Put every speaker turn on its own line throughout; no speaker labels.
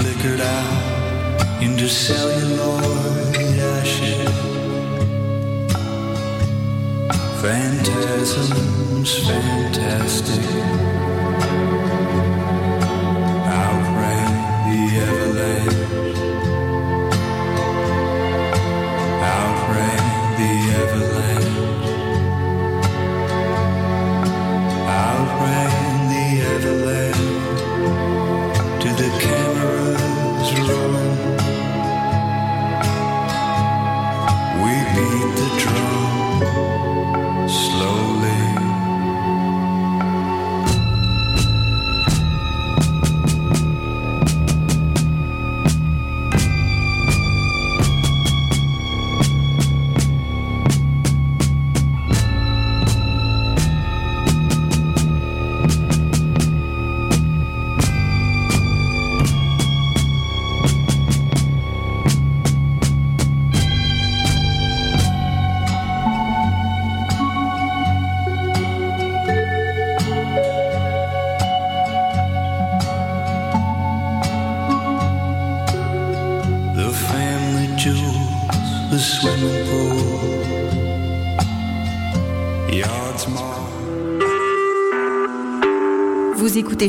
flickered out into celluloid ashes. Phantasms, fantastic. Outran the avalanche. Outran the avalanche. Outran the avalanche to the camera's roar. We beat the drum slowly. The family jewels, the swimming pool, yards marked.
Vous écoutez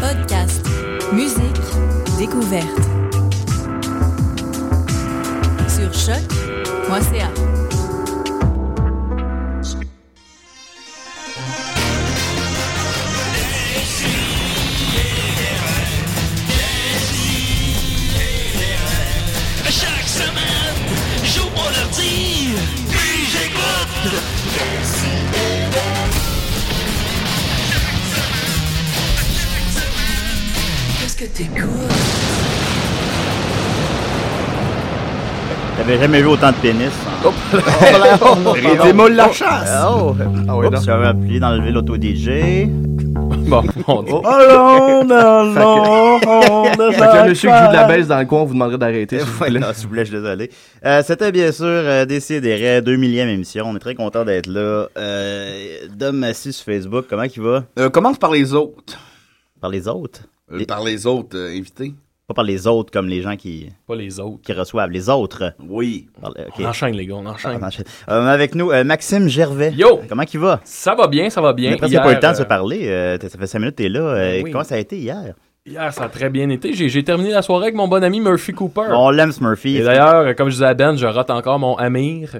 Podcast, musique, découverte. Sur choc.ca.
Chaque semaine, j'ouvre mon ordi, puis j'écoute. Qu'est-ce que t'écoutes?
T'avais jamais vu autant de pénis. hein.
Oh.
Rédis-moi la chasse!
Oh! Ah oui, non.
Oups, j'avais appelé dans le vélo auto DJ.
Bon, mon Dieu.
Oh.
Allons, allons, on
Fait que là, monsieur qui joue de la baisse dans le coin, on vous demanderait d'arrêter. s'il vous
Ouais,
plaît.
non, s'il vous plaît, je suis désolé. Euh, C'était bien sûr euh, Décideret, 2 millième émission. On est très content d'être là. Euh, Dom Massy sur Facebook, comment il va?
Euh, commence par les autres.
Par les autres?
Euh,
Les-
Par les autres euh, invités.
Pas par les autres comme les gens qui,
Pas les autres.
qui reçoivent. Les autres.
Oui.
Par- ok.
On enchaîne, les gars, on
Ah,
enchaîne.
on enchaîne. Euh, avec nous, euh, Maxime Gervais.
Yo!
Comment il va?
Ça va bien, ça va
On
bien.
a presque
Hier,
pas eu le temps de se
euh, Ben
parler. Euh, t'as- ça fait 5 minutes que t'es là. Euh,
Oui.
Comment ça a été hier?
Hier, ça a très bien été. J'ai j'ai terminé la soirée avec mon bon ami Murphy Cooper.
On l'aime, ce Murphy.
Et d'ailleurs, euh, comme je disais à Ben, je rote encore mon Amir.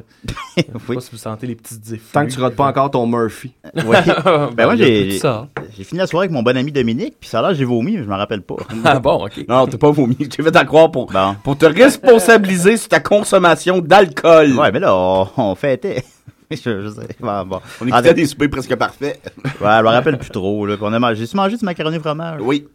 Je sais
Oui.
pas si vous sentez les petites diffs.
Tant que tu rates pas encore ton Murphy.
Oui.
ben,
moi,
il y a
j'ai-
plus de ça.
J'ai fini la soirée avec mon bon ami Dominique, puis ça a l'air que j'ai vomi, mais je m'en rappelle pas.
Ah bon, ok.
Non, t'as pas vomi. J'ai fait à croire pour,
Bon.
pour te responsabiliser sur ta consommation d'alcool.
Ouais, mais là, on, on fêtait. je, je sais. Bon, bon.
On écoutait des soupers presque parfaits.
Ouais, je me rappelle plus trop. Là. Puis on a mangé- J'ai-tu mangé du macaroni au fromage?
Oui.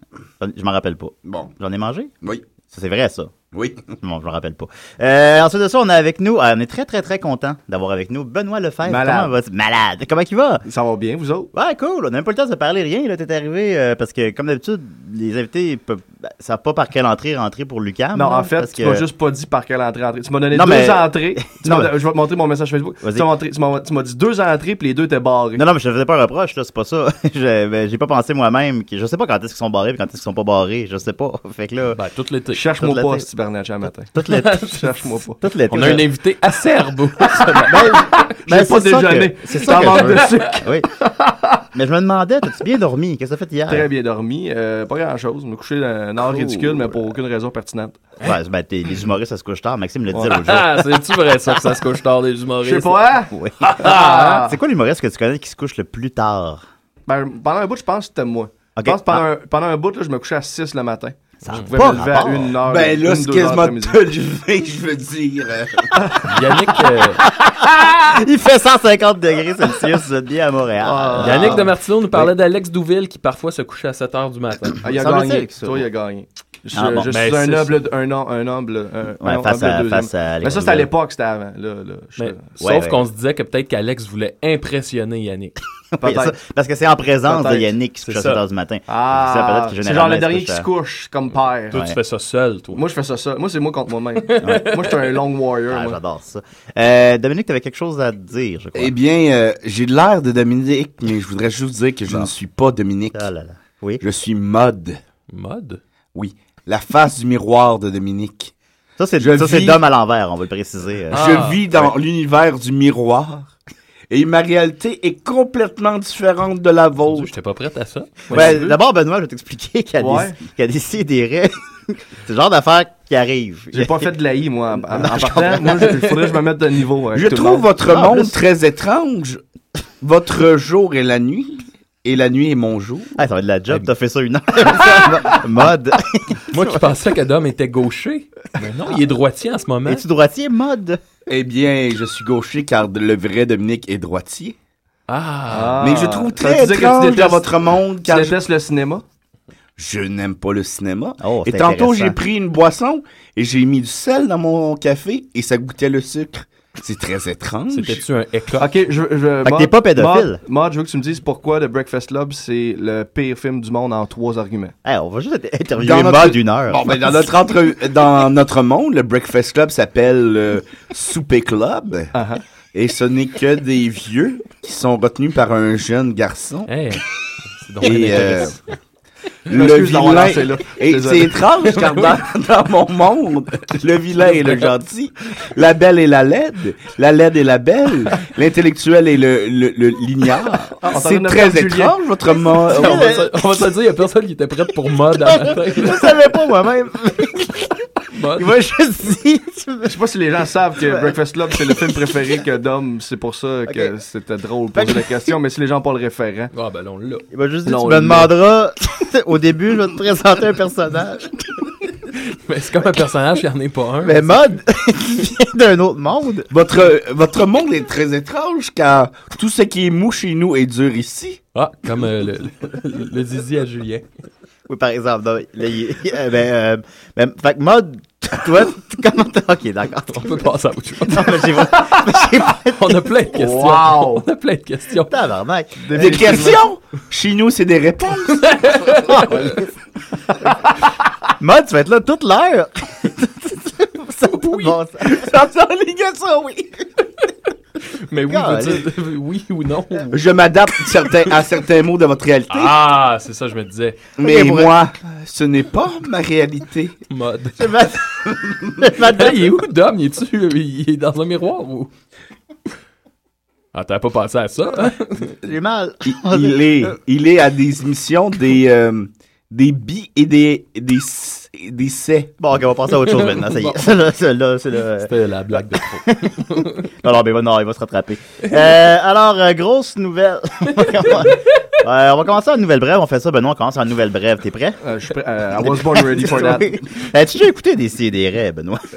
Je m'en rappelle pas.
Bon.
J'en ai mangé?
Oui.
Ça, c'est vrai, ça.
Oui.
Bon, je me rappelle pas. Euh, ensuite de ça, on a avec nous, euh, on est très, très, très content d'avoir avec nous Benoît Lefebvre.
Malade.
Comment va Malade. Comment il va?
Ça va bien, vous autres?
Ouais, cool. On n'a même pas le temps de se parler rien. Là, t'es arrivé euh, parce que, comme d'habitude, les invités peuvent, ben, savent pas par quelle entrée rentrer pour Lucam.
Non,
là,
en fait,
parce
tu
que-
m'as juste pas dit par quelle entrée entrer. Tu m'as donné
Non,
deux
mais-
entrées. Tu
Non,
m'as-
mais-
Je vais te montrer mon message Facebook.
Vas-y.
Tu m'as montré- tu m'as tu m'as dit deux entrées, puis les deux étaient barrées.
Non, non, mais je te faisais pas un reproche, là, c'est pas ça. Je- ben, J'ai pas pensé moi-même. que- Je sais pas quand est-ce qu'ils sont barrés et quand est-ce qu'ils sont pas barrés. Je sais pas. Fait que là,
Ben, tout l'été.
Cherche-moi
Toute la
pas,
tête.
ce Bernatchez, à matin.
toute l'été.
Cherche-moi pas.
toute l'été,
On a un
je-
invité acerbe.
Ben, ben,
J'ai pas
c'est ça
déjeuné.
que- C'est ça
T'en
que
manques
je veux.
de sucre.
Oui. Mais je me demandais, t'as-tu bien dormi? Qu'est-ce que t'as fait hier?
Très bien dormi. euh, pas grand-chose. Je me coucher d'un heure
Cool.
ridicule, mais pour aucune raison pertinente.
Ouais, ben, t'es- les humoristes, ça se couche tard. Maxime le disait
Ouais.
l'autre jour.
ah, c'est-tu vrai ça que ça se couche tard des
Je
humoristes?
sais pas, hein?
Oui.
Ah.
C'est quoi l'humoriste que tu connais qui se couche le plus tard?
Ben, pendant un bout, je pense que c'était moi.
Ok.
Je pense que pendant,
Ah.
un, pendant un bout, là, je me couchais à 6 le matin.
Ça
je
a
pouvais
pas
me lever à
rapport.
1 heure.
Ben là,
une,
c'est
deux heures
quasiment
après-midi.
te lever, je veux dire.
Yannick, euh,
Il fait 150 degrés Celsius, vous êtes bien à Montréal.
Ah.
Euh, Yannick de Martineau nous parlait d'Alex Douville qui parfois se couchait à 7h du matin.
Ah, il a
Semble-t-il
gagné.
que ça-
Toi, il a gagné. Je,
Ah, bon.
je
Ben,
suis un
c'est-
noble, un, hom- un humble, euh, un,
Ouais,
un
face
humble
à-
deuxième.
face à Alex
Mais ça, c'était à
Douville.
l'époque, c'était avant. Là, là, je-
Mais,
Ouais,
sauf
ouais.
qu'on se disait que peut-être qu'Alex voulait impressionner Yannick.
Oui, ça,
Peut-être.
parce que c'est en présence de
Peut-être.
Yannick qui se couche à
C'est ça.
7 heures du matin. C'est ça,
Ah,
peut-être que
c'est genre le
généralement,
dernier
il se
qui
couche
se couche comme père.
Toi,
Ouais.
tu fais ça seul, toi.
Moi, je fais ça ça. Moi, c'est moi contre moi-même. Moi, je suis un long warrior.
Ah,
moi.
j'adore ça. Euh, Dominique, t'avais quelque chose à dire, je crois.
Eh bien, euh, j'ai l'air de Dominique, mais je voudrais juste dire que je ne suis pas Dominique.
Ah là là. Oui.
Je suis mode.
Mode?
Oui. La face du miroir de Dominique.
Ça, c'est
Je
ça, c'est
vis-
Dom à l'envers, on va le préciser. euh.
Ah,
je vis dans l'univers du miroir. Et ma réalité est complètement différente de la
Mon Dieu,
vôtre.
J'étais pas prête à ça.
Ben, D'abord, Benoît, je vais t'expliquer qu'il y a
Ouais.
des- qu'il y a des si et des raies. c'est le genre d'affaire qui arrive.
J'ai pas fait de l'AI, moi, en, en- en
Non, je
partant. Moi, il faudrait que je me mette de niveau. avec
Je
tout le
trouve
monde.
votre
Ah, en
monde
plus-
très étrange. Votre jour est la nuit. Et la nuit est mon jour.
Ah, ça va être de la job, t'as fait ça une heure. mode.
Moi qui pensais que Dom était gaucher. Mais non, il est droitier en ce moment.
Es-tu droitier, mode?
Eh bien, je suis gaucher car le vrai Dominique est droitier.
Ah,
mais je trouve
ça
très
disait que tu
étrange dans
détestes-
votre monde
Tu
car je,
détestes le cinéma?
je n'aime pas le cinéma.
Oh,
et
c'est
tantôt,
intéressant.
j'ai pris une boisson et j'ai mis du sel dans mon café et ça goûtait le sucre. C'est très étrange.
c'était-tu un éclat?
Ok, je. je
Fait que
Maud-
t'es pas pédophile.
Maud- Maud, je veux que tu me dises pourquoi The Breakfast Club, c'est le pire film du monde en trois arguments.
Hey, on va juste interviewer
Dans notre-
mode d'une heure.
Bon, ben, dans notre entre- dans notre monde, le Breakfast Club s'appelle euh, Souper Club.
Ah, ah.
Et ce n'est que des vieux qui sont retenus par un jeune garçon.
Hey, c'est donc
Et,
bien
euh,
intéressant.
Je m'excuse d'avoir
vilain-
lancé là.
Et
Désolé.
c'est étrange car dans, dans mon monde, le vilain et le gentil, la belle et la laide, la laide et la belle, l'intellectuel et le, le, le lignard.
Ah, on s'en
c'est
vient de
très
perdre Julien.
étrange votre monde.
on, va se, on va se le dire, il y a personne qui était prête pour mode à matin.
Je savais pas moi-même.
Mode.
Moi, je dis.
Je sais pas si les gens savent que Breakfast Club, c'est le film préféré que Dom. C'est pour ça que c'était drôle de poser la question, mais si les gens n'ont pas le référent.
Ah, ben là, on l'a.
Il m'a juste dit,
Non,
tu
il-
me demanderas. Au début, je vais te présenter un personnage.
Mais c'est comme un personnage, il n'y en est pas un.
Mais mode, il vient d'un autre monde.
Votre, votre monde est très étrange car tout ce qui est mou chez nous est dur ici.
Ah, comme euh, le, le, le zizi à Julien.
Oui, par exemple. Non, là, il- euh, ben, euh, ben, fait que mode, toi, t- comment t'as. Ok, d'accord.
On peut passer à autre chose.
Non, mais j'ai pas. J'ai pas.
On a plein de questions.
Wow.
On a plein de questions.
Tabarnak.
Des questions? Chez nous, c'est des réponses.
Mode, tu vas être là toute l'heure. Ça a pas de bon sens.
J'entends les gars, ça, oui.
Mais oui,
Ah,
veux-tu- oui ou non?
Je m'adapte certains, à certains mots de votre réalité.
Ah, c'est ça, je me disais.
Mais
Ok, pour-
moi, ce n'est pas ma réalité.
Mode.
Je m'a- je m'adapte.
Hey, il est où, Dom? Il est-tu euh, il est dans un miroir ou. Ah, t'avais pas pensé à ça? hein?
J'ai mal.
Il, il est, il est à des émissions des, euh, des bi et des, des, s- et des C.
Bon, ok, on va passer à autre chose maintenant. Ça y
Bon.
est. Celle-là, celle-là, celle-là.
C'était la blague de trop.
Non, non, mais il va- non, il va se rattraper. Euh, alors, euh, grosse nouvelle. on, va commencer- Euh, on va commencer en nouvelle brève. On fait ça, Benoît, on commence en nouvelle brève. T'es prêt?
Euh, je suis prêt- euh, I was born ready for that.
Oui. As-tu déjà écouté des CDR, Benoît?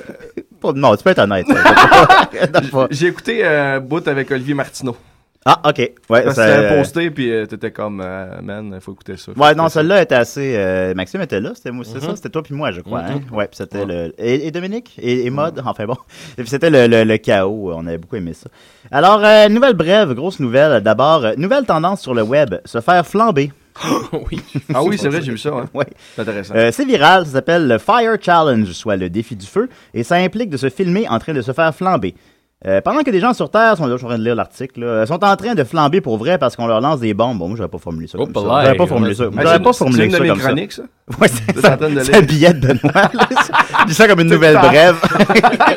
Pas- non, tu peux être honnête. ça. Dans le fond.
J'ai écouté euh, Boot avec Olivier Martineau.
ah, ok. Ouais,
Parce
ça-
que t'avais posté, puis euh, t'étais comme, euh, man, faut écouter ça.
Ouais, non, celle-là était assez. euh, Maxime était là, c'était moi, c'est
Mm-hmm.
ça, c'était toi puis moi, je crois. hein? Ouais, puis c'était le. Et, et Dominique et, et Mode,
Mm.
enfin bon. Et puis c'était le, le, le chaos, euh, on avait beaucoup aimé ça. Alors, euh, nouvelle brève, grosse nouvelle. D'abord, euh, nouvelle tendance sur le web, se faire flamber.
oui.
Ah oui, c'est vrai, j'ai vu ça, hein.
Ouais.
C'est intéressant.
Euh, c'est viral, ça s'appelle le Fire Challenge, soit le défi du feu, et ça implique de se filmer en train de se faire flamber. Euh, pendant que des gens sur Terre sont, là, je suis en train de lire l'article, là, sont en train de flamber pour vrai parce qu'on leur lance des bombes. Bon, moi, j'aurais pas formulé ça. Comme
Oh,
ça. J'aurais pas
ouais,
formulé
ouais.
ça.
Ah,
J'aurais
c'est-
pas formulé
C'est
ça
une de
comme
mes
ça.
chroniques, ça?
Ouais, c'est
Deux
ça.
centaines de
C'est la
livres.
billette de Benoît. là. Je dis ça comme une nouvelle
le temps.
brève. Ouais,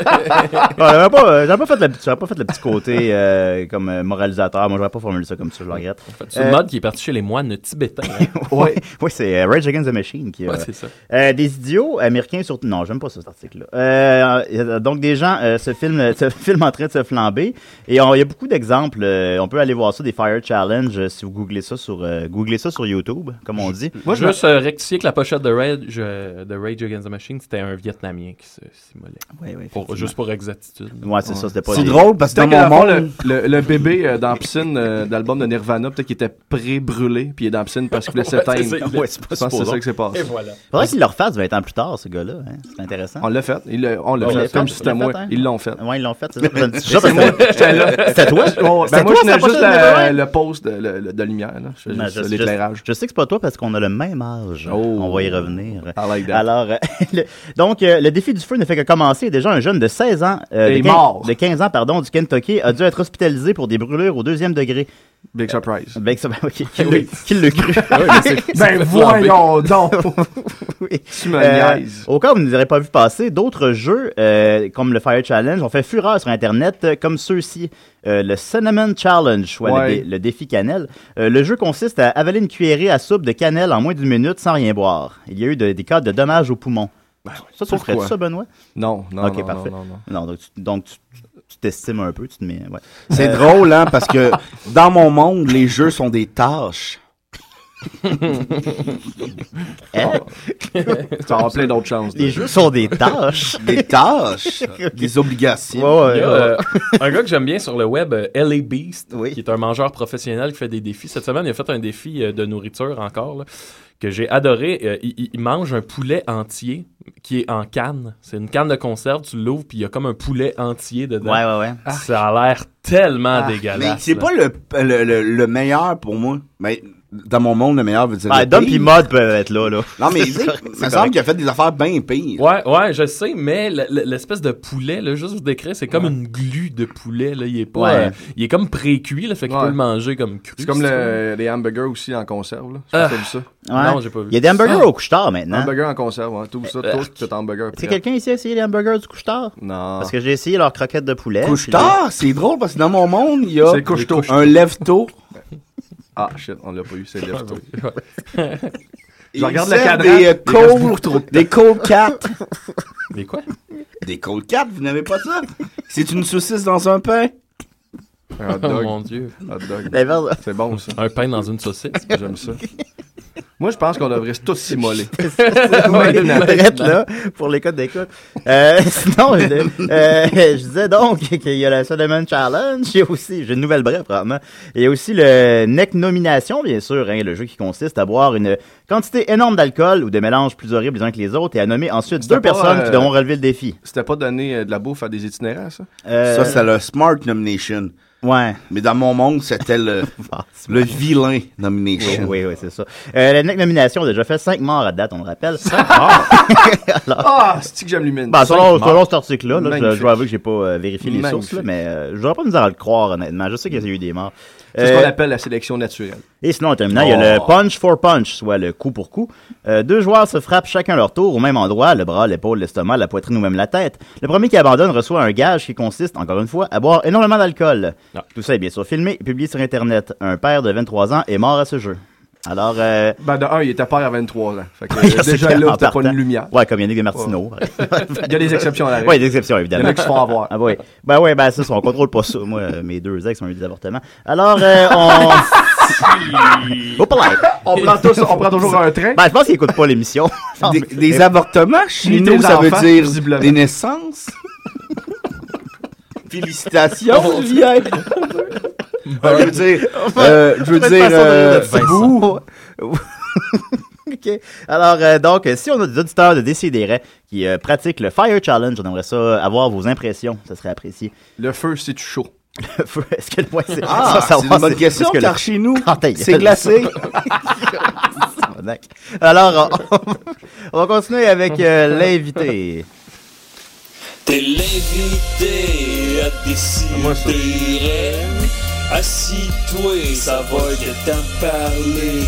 j'aurais pas, euh, j'aurais pas fait le, j'aurais pas fait le petit côté euh, comme euh, moralisateur. Moi, j'aurais pas formulé ça comme ça, je le regrette.
C'est une
Euh,
mode qui est partie chez les moines tibétains. hein?
Ouais, ouais c'est euh, Rage Against the Machine qui a...
Ouais, c'est ça.
Euh, des idiots américains surtout. Non, j'aime pas ça, cet article-là. Euh, euh, donc, des gens euh, se, filment, se filment en train de se flamber. Et on- il y a beaucoup d'exemples. euh, on peut aller voir ça, des Fire Challenge, euh, si vous googlez ça sur, euh, googlez ça sur YouTube, comme on dit.
Moi, je me
Juste euh, rectifier que la pochette de Rage, euh, de Rage Against the Machine, c'était un Vietnamien qui se s'immolait.
Ouais, ouais,
Pour-
effectivement.
juste pour exactitude.
Ouais, c'est ça, c'était pas
C'est
des-
drôle parce que dans
Peut-être que
mon
dans le,
monde.
fond, le, le- le bébé euh, dans la piscine euh, d'album de Nirvana, peut-être qu'il était pré-brûlé, puis il est dans la piscine parce qu'il voulait
c'est
s'éteindre.
ça, il est-
Ouais, c'est
Je
pas
pense que c'est
supposé.
ça qui s'est passé.
voilà.
Faudrait qu'il le refasse 20 ans plus tard, ce gars-là. hein. C'est intéressant.
On l'a fait. Il l'a- on l'a
On
fait.
l'a
C'est comme
fait,
si
on
c'était
l'a
moi.
fait, hein.
Ils l'ont fait.
Ouais, ils l'ont fait. c'est ça. C'est- je-
Ben, C'est moi. J'étais là.
C'était toi? C'était
Bon, ben,
toi,
moi, je
c'était
tenais
pas
juste
ça,
la-
le-
le poste de, le- le- de lumière. Là. Je fais
Ben,
juste
je- je-
l'éclairage.
Je sais que c'est pas toi parce qu'on a le même âge.
Oh. Ah,
On va y revenir.
I like that.
Alors, euh, le- donc, euh, le défi du feu ne fait que commencer. Déjà, un jeune de 16 ans, euh,
Est
de, quin-
mort.
de 15 ans, pardon, du Kentucky, a dû être hospitalisé pour des brûlures au deuxième degré.
Big surprise.
Ben, que ça, ben, ok, qui le- qui le cru.
Ben voyons donc!
Oui.
tu me
Euh,
niaises.
au cas où vous ne les aurez pas vu passer, d'autres jeux euh, comme le Fire Challenge ont fait fureur sur Internet, euh, comme ceux-ci. Euh, le Cinnamon Challenge, soit
Ouais.
le, dé- le défi cannelle. Euh, le jeu consiste à avaler une cuillerée à soupe de cannelle en moins d'une minute sans rien boire. Il y a eu de- des cas de dommages aux poumons. Ça, tu le ferais
Ben, pourquoi?
ça, Benoît?
Non, non,
Ok,
non,
parfait.
non, non, non.
Non, donc tu, donc tu- tu t'estimes un peu, tu te mets... ouais.
C'est drôle, hein, parce que dans mon monde, les jeux sont des tâches.
Hein?
Tu vas avoir plein d'autres chances. de-
Les jeux sont des tâches.
Des tâches, des obligations.
Ouais, ouais,
Il y a,
ouais.
euh, un gars que j'aime bien sur le web, euh, LA Beast,
Oui.
qui est un mangeur professionnel qui fait des défis. Cette semaine, il a fait un défi euh, de nourriture encore, là, que j'ai adoré. Euh, il, il- il mange un poulet entier qui est en canne. C'est une canne de conserve, tu l'ouvres, puis il y a comme un poulet entier dedans.
Ouais, ouais, ouais.
Ça a l'air tellement
Ah.
Mais
dégueulasse.
c'est
là.
pas le, le, le- le meilleur pour moi. Mais dans mon monde, le meilleur veut dire.
Ah,
le
Dom
pire.
pis Mod peuvent être là, là.
Non, mais tu sais,
correct,
il
c'est
me
correct.
semble qu'il a fait des affaires bien pires.
Ouais, ouais, je sais, mais le- le- l'espèce de poulet, là, juste vous décrire, c'est comme une glu de poulet, là. Il est pas,
Ouais.
euh, il est comme précuit, là, fait qu'il
Ouais.
peut le manger comme cru.
C'est comme
si tu
le, les hamburgers aussi en conserve. Là.
Ah.
J'ai vu ça.
veux.
Ouais.
Non, j'ai pas vu.
Il y a des hamburgers au couche-tard maintenant.
Hamburger en conserve, hein. tout ça, tout cet hamburger.
Est-ce que
prêt.
quelqu'un ici a essayé les hamburgers du couche-tard?
Non.
Euh, Parce que j'ai essayé leur croquette de poulet. puis
Couche-tard, Ah, c'est drôle parce que dans mon monde, il y a
C'est couche-tôt.
un lève-tôt.
Ah, shit, on l'a pas eu, c'est
Ah,
lève
Je
regarde le cadran,
Des, euh,
il reste beaucoup
cold, des cold cats.
Mais quoi?
Des cold cats, vous n'avez pas ça? C'est une saucisse dans un pain.
Un hot
Oh
dog.
mon dieu.
hot dog.
les- les verres-
C'est bon ça.
Un pain dans une saucisse.
J'aime ça. Moi, je pense qu'on devrait tous s'immoler.
Ouais, arrête, là, pour les codes d'écoute. Euh, sinon, je, euh, je disais donc qu'il y a la Solomon Challenge, il y a aussi, j'ai une nouvelle brève, probablement. Il y a aussi le Neck Nomination, bien sûr, hein, le jeu qui consiste à boire une quantité énorme d'alcool ou de mélanges plus horribles les uns que les autres et à nommer ensuite
C'était
deux
pas,
personnes
euh,
qui devront relever le défi.
C'était pas donné euh, de la bouffe à des itinérants, ça?
Euh,
Ça, c'est le smart nomination.
ouais. Ah,
Mais dans mon monde, c'était le, le vilain nomination.
Oui, oui, c'est ça. Euh, la Neck Nomination a déjà fait cinq morts à date, on le rappelle.
Ah, c'est que j'aime l'humaine.
Ben, selon,
morts.
selon cet article-là, là, je- je,
Magnifique.
dois avouer que j'ai pas euh, vérifié les
Magnifique.
sources, là, mais euh, j'aurais pas mis à le croire, honnêtement. Je sais qu'il y a eu des morts.
C'est ce
Euh,
qu'on appelle Oh. la sélection naturelle.
Et sinon, en terminant, il y a le punch for punch, soit le coup pour coup. Euh, deux joueurs se frappent chacun leur tour au même endroit, le bras, l'épaule, l'estomac, la poitrine ou même la tête. Le premier qui abandonne reçoit un gage qui consiste, encore une fois, à boire énormément d'alcool.
Ah.
Tout ça est bien sûr filmé et publié sur Internet. Un père de 23 ans est mort à ce jeu. Alors, euh,
Ben, de un, il était père à 23 ans. Fait que, euh,
c'est
déjà
clair, en
là, t'as pas
partant.
une lumière. Oh.
ouais, comme Yannick et Martineau.
Il y a des exceptions à la règle.
ouais, des exceptions,
il y
évidemment.
en a qui se font avoir.
Ah oui. Ben oui, ben ça, on contrôle pas ça. Moi, euh, mes deux ex ont eu des avortements. Alors, euh, on... Hop là!
On prend, tous- on prend toujours un train.
Ben, je pense qu'ils écoutent pas l'émission. Non,
Des,
mais-
des avortements chez
Unité
nous, ça veut
d'enfants,
dire
visiblement.
des naissances. Félicitations, Julien. Oh, Ben, je veux dire, euh, je veux
Bonne
dire,
façon de
euh,
rire de
vous,
OK. Alors, euh, donc, euh, si on a des auditeurs de Décideret qui euh, pratiquent le Fire Challenge, on aimerait ça avoir vos impressions. Ça serait apprécié.
Le feu, c'est chaud.
Le feu, Est-ce que le mois, c'est...
ah,
ça,
c'est
savoir,
une bonne
c'est-
question,
est-ce que le-
car chez nous,
Ah, ta
c'est
gueule.
glacé.
Tabarnak. Alors, on, on va continuer avec euh, l'invité.
T'es l'invité à
Ah, Moi, ça.
décider. Assis-toi, ça va que t'en parler.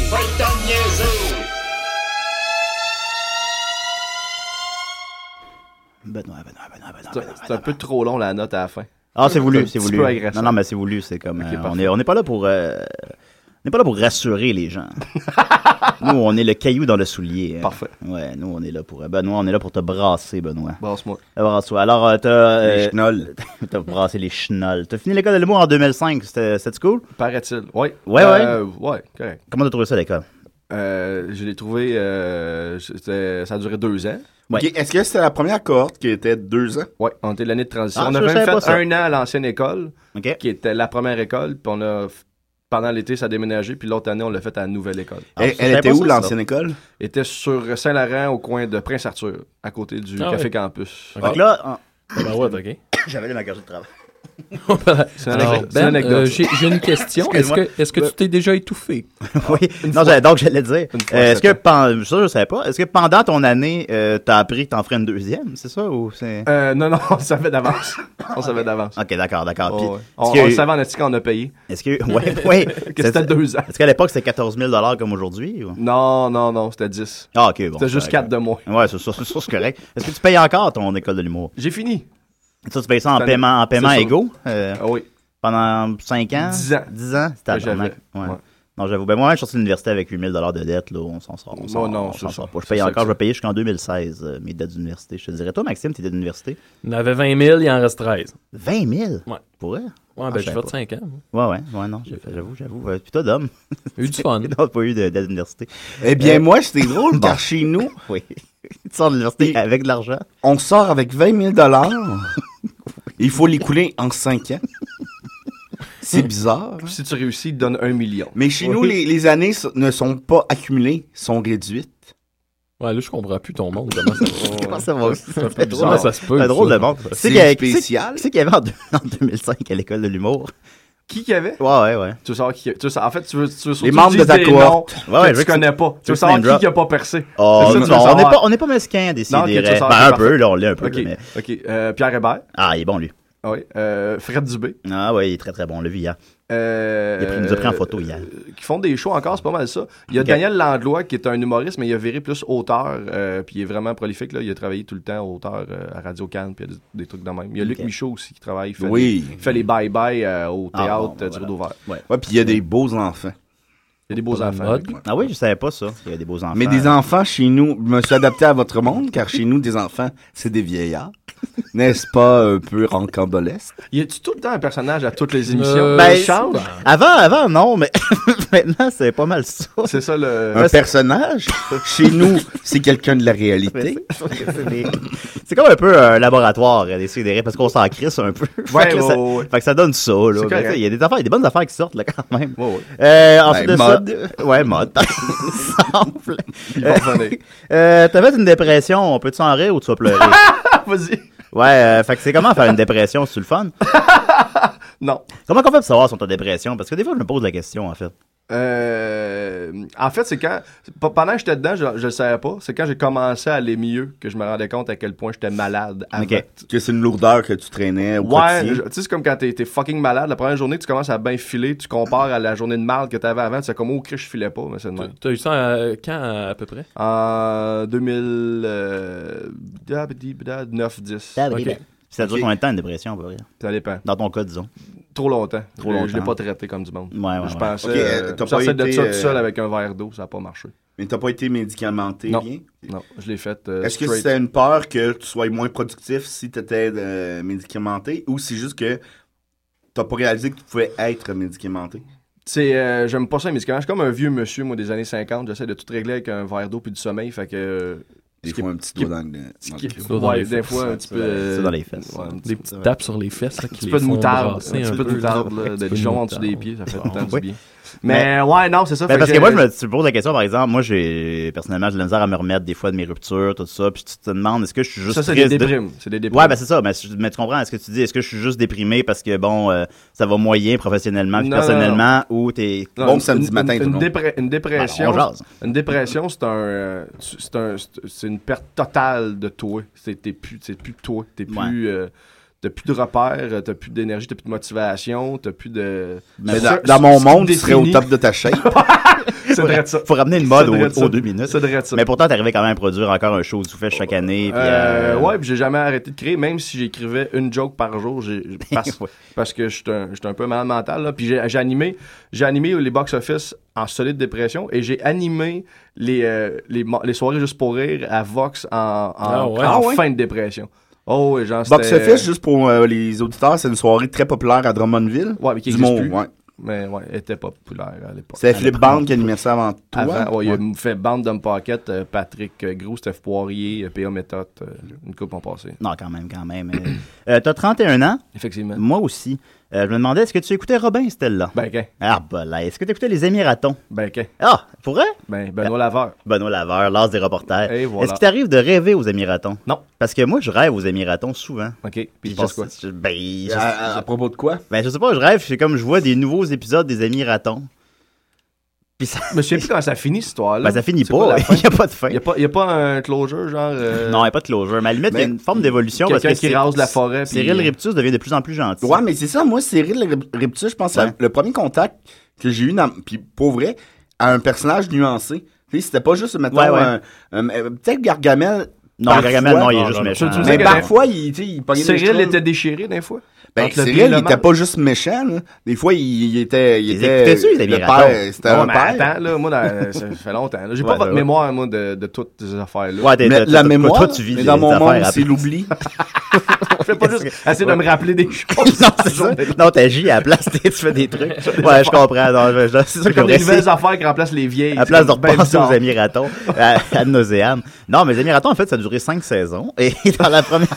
Benoît, Benoît, Benoît, Benoît,
C'est
Benoît,
c'est un
Benoît.
peu trop long, la note à la fin.
Ah, c'est voulu,
petit
c'est voulu.
peu agressant.
Non, non, mais c'est voulu, c'est comme... euh, on
parfait.
n'est on est pas là pour... euh, on n'est pas là pour rassurer les gens. nous, on est le caillou dans le soulier. hein.
Parfait.
Ouais, nous, on est là pour... euh, Benoît, on est là pour te brasser, Benoît.
Brasse-moi.
Brasse-toi. Alors, euh, t'as... euh,
Les chenolles.
T'as brassé les chenolles. T'as fini l'école de l'humour en 2005, c'était c'était cool?
Paraît-il. Ouais.
Ouais,
Euh, ouais. correct.
Comment t'as trouvé ça, l'école?
euh, je l'ai trouvé. euh, c'était- ça a duré deux ans.
Ouais.
Ok, Est-ce que c'était la première cohorte qui était deux ans?
Ouais, on était l'année de transition.
Ah,
on
ça,
a
je
même
savais pas
fait
ça.
un an à l'ancienne école,
OK.
qui était la première école, puis on a. Pendant l'été, ça a déménagé, puis l'autre année, on l'a fait à la nouvelle école.
Ah,
elle
je
elle
savais
était
pas
où
ça, ça.
l'ancienne école?
Était sur Saint-Laurent, au coin de Prince-Arthur, à côté du
Ah
Café
ouais.
Campus.
Donc là, en-
Ben ouais,
j'avais ma gorge de travail.
ok.
C'est une
Alors,
anecdote. c'est une
Ben,
anecdote,
euh,
ça.
j'ai j'ai une question. Est-ce que, est-ce que tu t'es déjà étouffé?
oui. Non, j'allais- donc j'allais dire.
Ah, Une fois,
euh, Est-ce que
c'est
pen- ça, je savais pas. Est-ce que pendant ton année, euh, t'as appris que t'en ferais une deuxième, c'est ça ou c'est
Euh, non, non, on le savait d'avance. On savait d'avance.
Ok, d'accord, d'accord. Ah, Puis,
Oh, ouais. on,
est-ce que-
on le savait en esti quand on a payé.
Est-ce que ouais, ouais.
Que c'était deux ans.
Est-ce qu'à l'époque c'était 14 000 dollars comme aujourd'hui ou-
Non, non, non, c'était 10.
Ah ok, bon.
C'était juste
correct.
4 de moins.
Ouais, c'est ça, c'est ça, c'est correct. Est-ce que tu payes encore ton école de l'humour
J'ai fini.
Ça, tu payes ça en
C'est-
paiement, en paiement
c'est ça.
égaux euh,
Ah oui.
pendant 5 ans
Dix ans.
10 ans C'était
Que
tabarnak.
j'avais,
Ouais.
ouais.
Non, j'avoue. Ben, moi, je suis sorti de l'université avec 8000 de dette, là. On s'en sort. On s'en,
Non, non,
on s'en
c'est
sort
ça.
pas. Je
C'est
paye
ça
encore,
que
je vais payer jusqu'en 2016 euh, mes dettes d'université. Je te dirais, toi, Maxime, t'étais d'université
On avait 20 000, il en reste 13.
20 000
Ouais.
Pour vrai?
Ouais,
Ah,
ben,
je
j'ai
savais
fait 5 ans. moi.
Ouais, ouais, ouais, non, j'ai fait- j'avoue, j'avoue. Euh, Puis toi, d'homme,
J'ai eu du fun.
t'as pas eu de dette d'université.
Eh bien, moi, c'était drôle,
Bon.
car chez nous,
Oui. tu sors de l'université
Et-
avec de l'argent.
on sort avec 20 000 Il faut l'écouler en 5 ans. C'est bizarre. hein?
Puis si tu réussis, il te donne 1 million.
Mais chez
Oui.
nous, les, les années so- ne sont pas accumulées, sont réduites.
Ouais, là, je comprends plus ton monde. Comment ça,
Comment ça va?
c'est un peu
C'est
bizarre,
drôle.
ça se peut.
C'est drôle
ça.
le monde. Tu sais
C'est
qu'il y a- qui c'est-
spécial.
qui c'est qu'il y avait en, deux- en 2005 à l'école de l'humour?
Qui qu'il y avait
Ouais, ouais, ouais.
Tu veux savoir qui. Tu veux sa- en fait, tu veux, tu veux surtout
Les membres
dire
de ta
des
cohorte.
noms
Ouais, ouais,
que
je veux
tu
que
connais pas. Tu
tu
veux savoir
name drop.
qui qui a pas percé.
Oh,
C'est ça que
non,
tu veux
on n'est
savoir.
pas, on n'est pas mesquin des
Non, ok,
sidérés.
tu veux savoir,
Ben, un
c'est
peu, là, on l'est un peu.
Ok,
là, mais-
ok. Euh, Pierre Hébert.
Ah, il est bon, lui.
Ah Oui. Euh, Fred Dubé.
Ah, ouais, il est très, très bon, on l'a vu hier.
Euh,
Il, a pris- il nous a pris en photo hier.
euh, Qui font des shows encore, c'est pas mal ça. Il y a
Ok.
Daniel Landlois qui est un humoriste, mais il a viré plus auteur, euh, puis il est vraiment prolifique. Là. Il a travaillé tout le temps auteur euh, à Radio Cannes, puis il y a des, des trucs dans le même. Il y a Luc
Ok.
Michaud aussi qui travaille. Il fait
Oui.
des- il fait les bye-bye euh, au
Ah,
théâtre
bon, ben
euh, du
voilà.
Rideau Vert.
Ouais, puis il y a des beaux enfants.
Il y a des beaux enfants.
mode.
avec moi.
Ah oui, je savais pas ça. Il y a des beaux enfants.
Mais des enfants chez nous, je me suis adapté à votre monde, car chez nous, des enfants, c'est des vieillards. N'est-ce pas un peu rancambolesque?
Y a-tu tout le temps un personnage à toutes les émissions
Euh,
Ben,
Il change.
Avant, avant, non, mais maintenant, c'est pas mal ça.
C'est ça le.
Un personnage? chez nous, c'est quelqu'un de la réalité.
C'est des- c'est comme un peu un laboratoire, euh, des sidérés, parce qu'on s'en crisse un peu.
Ouais,
fait, que là, ça,
ouais, ouais.
fait que ça donne ça, là.
C'est
Mais
correct.
tu sais, Il y a des affaires, il y a des bonnes affaires qui sortent, là, quand même.
Ouais, ouais.
Euh, ensuite
Ben,
de
mode.
ça. Ouais, mode. par exemple.
Il va revenir.
Euh, T'as fait une dépression, on peut-tu en rire ou tu vas pleurer?
Ah, Vas-y.
Ouais, euh, fait que c'est comment faire une dépression, c'est le fun?
Non.
Comment qu'on fait pour savoir si on est en dépression? Parce que des fois, je me pose la question, en fait.
Euh, en fait, c'est quand. p- Pendant que j'étais dedans, je, je le savais pas. C'est quand j'ai commencé à aller mieux que je me rendais compte à quel point j'étais malade. avant.
Ok.
Que c'est une lourdeur que tu traînais au
Ouais, je-
quotidien.
tu sais, c'est comme quand t'es t'es fucking malade. La première journée, tu commences à bien filer, tu compares à la journée de mal que t'avais avant, tu sais, comme, oh, Christ, je filais pas, mais c'est de même.
T'as eu ça euh, quand, à peu près?
En euh, 2009, 10.
Ça
Ok.
dure combien de temps une dépression, pour rire?
Ça dépend.
Dans ton cas, disons.
Trop longtemps.
Trop
Je l'ai- Je l'ai
longtemps.
pas traité comme du monde.
Ouais, ouais.
je
ouais.
pensais.
Ok, euh,
euh,
t'as
je
pas
sortais de
été,
ça tout
euh,
seul avec un verre d'eau, ça a pas marché.
Mais t'as pas été médicamenté
Non.
bien?
Non, je l'ai fait. euh,
Est-ce que
straight.
c'était une peur que tu sois moins productif si tu étais médicamenté ou c'est juste que t'as pas réalisé que tu pouvais être médicamenté?
C'est, euh, j'aime pas ça les médicaments. Je suis comme un vieux monsieur, moi, des années 50. J'essaie de tout régler avec un verre d'eau puis du sommeil. Fait que. euh,
Des
ce qui-
fois, un petit
qui-
doigt dans le.
ce
dans
qui-
le cul.
Ça dans
ouais,
les
des
fesses,
fois, un
ça,
petit
ça,
peu.
ça
euh,
dans les fesses.
ouais, un petit
Des
peu-
petites tapes sur les fesses. Là, qui
petit
les
peu de
font
moutarde.
brasser
Un petit peu de moutarde, là, de
petit peu
Dijon
de
en dessous des
moutarde.
pieds. Ça fait
Bon,
tout le temps du
oui.
bien. Mais ouais, non, c'est ça.
Ben,
fait
parce que
j'ai-
moi, je me, tu me poses la question, par exemple, moi, j'ai, personnellement, j'ai de la misère à me remettre des fois de mes ruptures, tout ça, puis tu te demandes, est-ce que je suis juste
Ça, c'est des
triste de-
déprimes. C'est des déprimes.
Ouais, ben c'est ça, mais, je- mais tu comprends, est-ce que tu dis, est-ce que je suis juste déprimé parce que, bon, euh, ça va moyen professionnellement puis
Non,
personnellement, ou t'es... Ben,
Non,
Bon
une-
samedi
une-
matin,
une,
tout le monde.
dépre- une dépression.
on jase.
Une dépression, c'est un, euh, c'est un- c'est- c'est une perte totale de toi. C'est t'es plus, c'est plus toi. T'es plus, euh, t'as plus de repères, euh, t'as plus d'énergie, t'as plus de motivation, t'as plus de.
Mais
Ça-
dans, dans mon
ce qui
monde,
me
tu serais au
définit-
top de ta chaîne.
C'est vrai de ça.
Faut ramener une mode
Ça devrait être
aux,
ça.
aux deux minutes.
Ça devrait être ça.
Mais pourtant, t'arrivais quand même à produire encore un show du fais chaque année, puis...
Euh,
euh,
ouais, puis j'ai jamais arrêté de créer, même si j'écrivais une joke par jour, j'ai- j'ai- parce,
Ouais.
parce que j'étais un, j'étais un peu malade mental. Là. Puis j'ai j'ai animé, j'ai animé les box-office en solide dépression et j'ai animé les, euh, les, mo- les soirées juste pour rire à Vox en, en,
Ah ouais?
en
Ah ouais?
fin de dépression. Oh, ouais, genre,
Box
c'était-
Office, juste pour euh, les auditeurs, c'est une soirée très populaire à Drummondville.
Ouais, mais qui
du
existe
monde,
plus.
ouais.
mais ouais, elle était pas populaire à l'époque.
C'était Philippe Bande qui animait ça avant toi.
Avant, ouais, il a fait Bande d'Homme Pocket, euh, Patrick euh, Gros, Steph Poirier, euh, P.A. Méthode, euh, une coupe en passé.
Non, quand même, quand même. Euh, euh, t'as 31 ans,
Effectivement.
moi aussi. Euh, je me demandais, est-ce que tu écoutais Robin, Stella?
Ben, qu'un.
Ah, ben là, est-ce que tu écoutais Les Émiratons?
Ben, qu'un.
Ah, pour vrai?
Ben, Benoît Laveur.
Benoît Laveur, l'as des reporters.
Et voilà.
Est-ce qu'il t'arrive de rêver aux Émiratons?
Non.
Parce que moi, je rêve aux Émiratons souvent.
OK. Puis,
Puis
il pense
je-
quoi? Ah.
je- ben, je,
À, à- à propos de quoi?
ben, je sais pas, je rêve, c'est comme je vois des nouveaux épisodes des Émiratons. Puis ça,
Je me souviens plus comment ça finit, cette histoire-là.
ben, ça finit
C'est quoi
pas,
la fin?
il n'y a pas de fin.
Il n'y a, pas- y a pas un closure, genre. euh,
Non, il n'y a pas de closure. Mais à la limite, il y a
Mais-
une forme d'évolution. parce
Quelqu'un
que
qui
Cyr-
rase la forêt, puis-
Cyril Riptus devient de plus en plus gentil.
Ouais, mais c'est ça, moi, Cyril Rip- Riptus, je pense, que
Ouais.
le premier contact que j'ai eu, dans, puis pour vrai, à un personnage nuancé. Tu sais, c'était pas juste, mettons,
Ouais, ouais.
un- un- euh, peut-être Gargamel.
Non, Gargamel, non, il est
non,
juste
non, non.
méchant.
Tu- tu
Mais
sais que-
parfois, il, tu sais, il pognait des
Cyril
choses.
était déchiré, des fois.
Ben,
Entre le
Cyril,
bien et
il
le
était
mal.
pas juste méchant, là. Des fois, il, il était. Il
Les
était
écoutais-tu, les
le
Émiratons?
père, C'était
Ouais,
un
mais
père.
attends, là, moi, dans- ça fait longtemps. là. J'ai
Ouais,
pas votre
ouais.
mémoire, moi, de, de toutes ces affaires-là.
Ouais, t'es-
Mais
t'es-
la
t'es-
mémoire,
toi, tu vis
mais
des
dans mon
affaires
monde,
après.
c'est l'oubli.
Je fais pas juste essayer de me rappeler des choses.
non, c'est ça. Non, t'agis à la place, t'es- tu fais des trucs. Ouais, je comprends. Non, je- je- C'est ça
C'est
que
comme
j'aurais
des
essayé.
nouvelles affaires qui remplacent les vieilles.
À la place de
C'est bien
repenser
bizarre.
aux Amis Ratons, à, à nauséam. Non, mais les Amis Ratons, en fait, ça a duré cinq saisons. Et dans la première.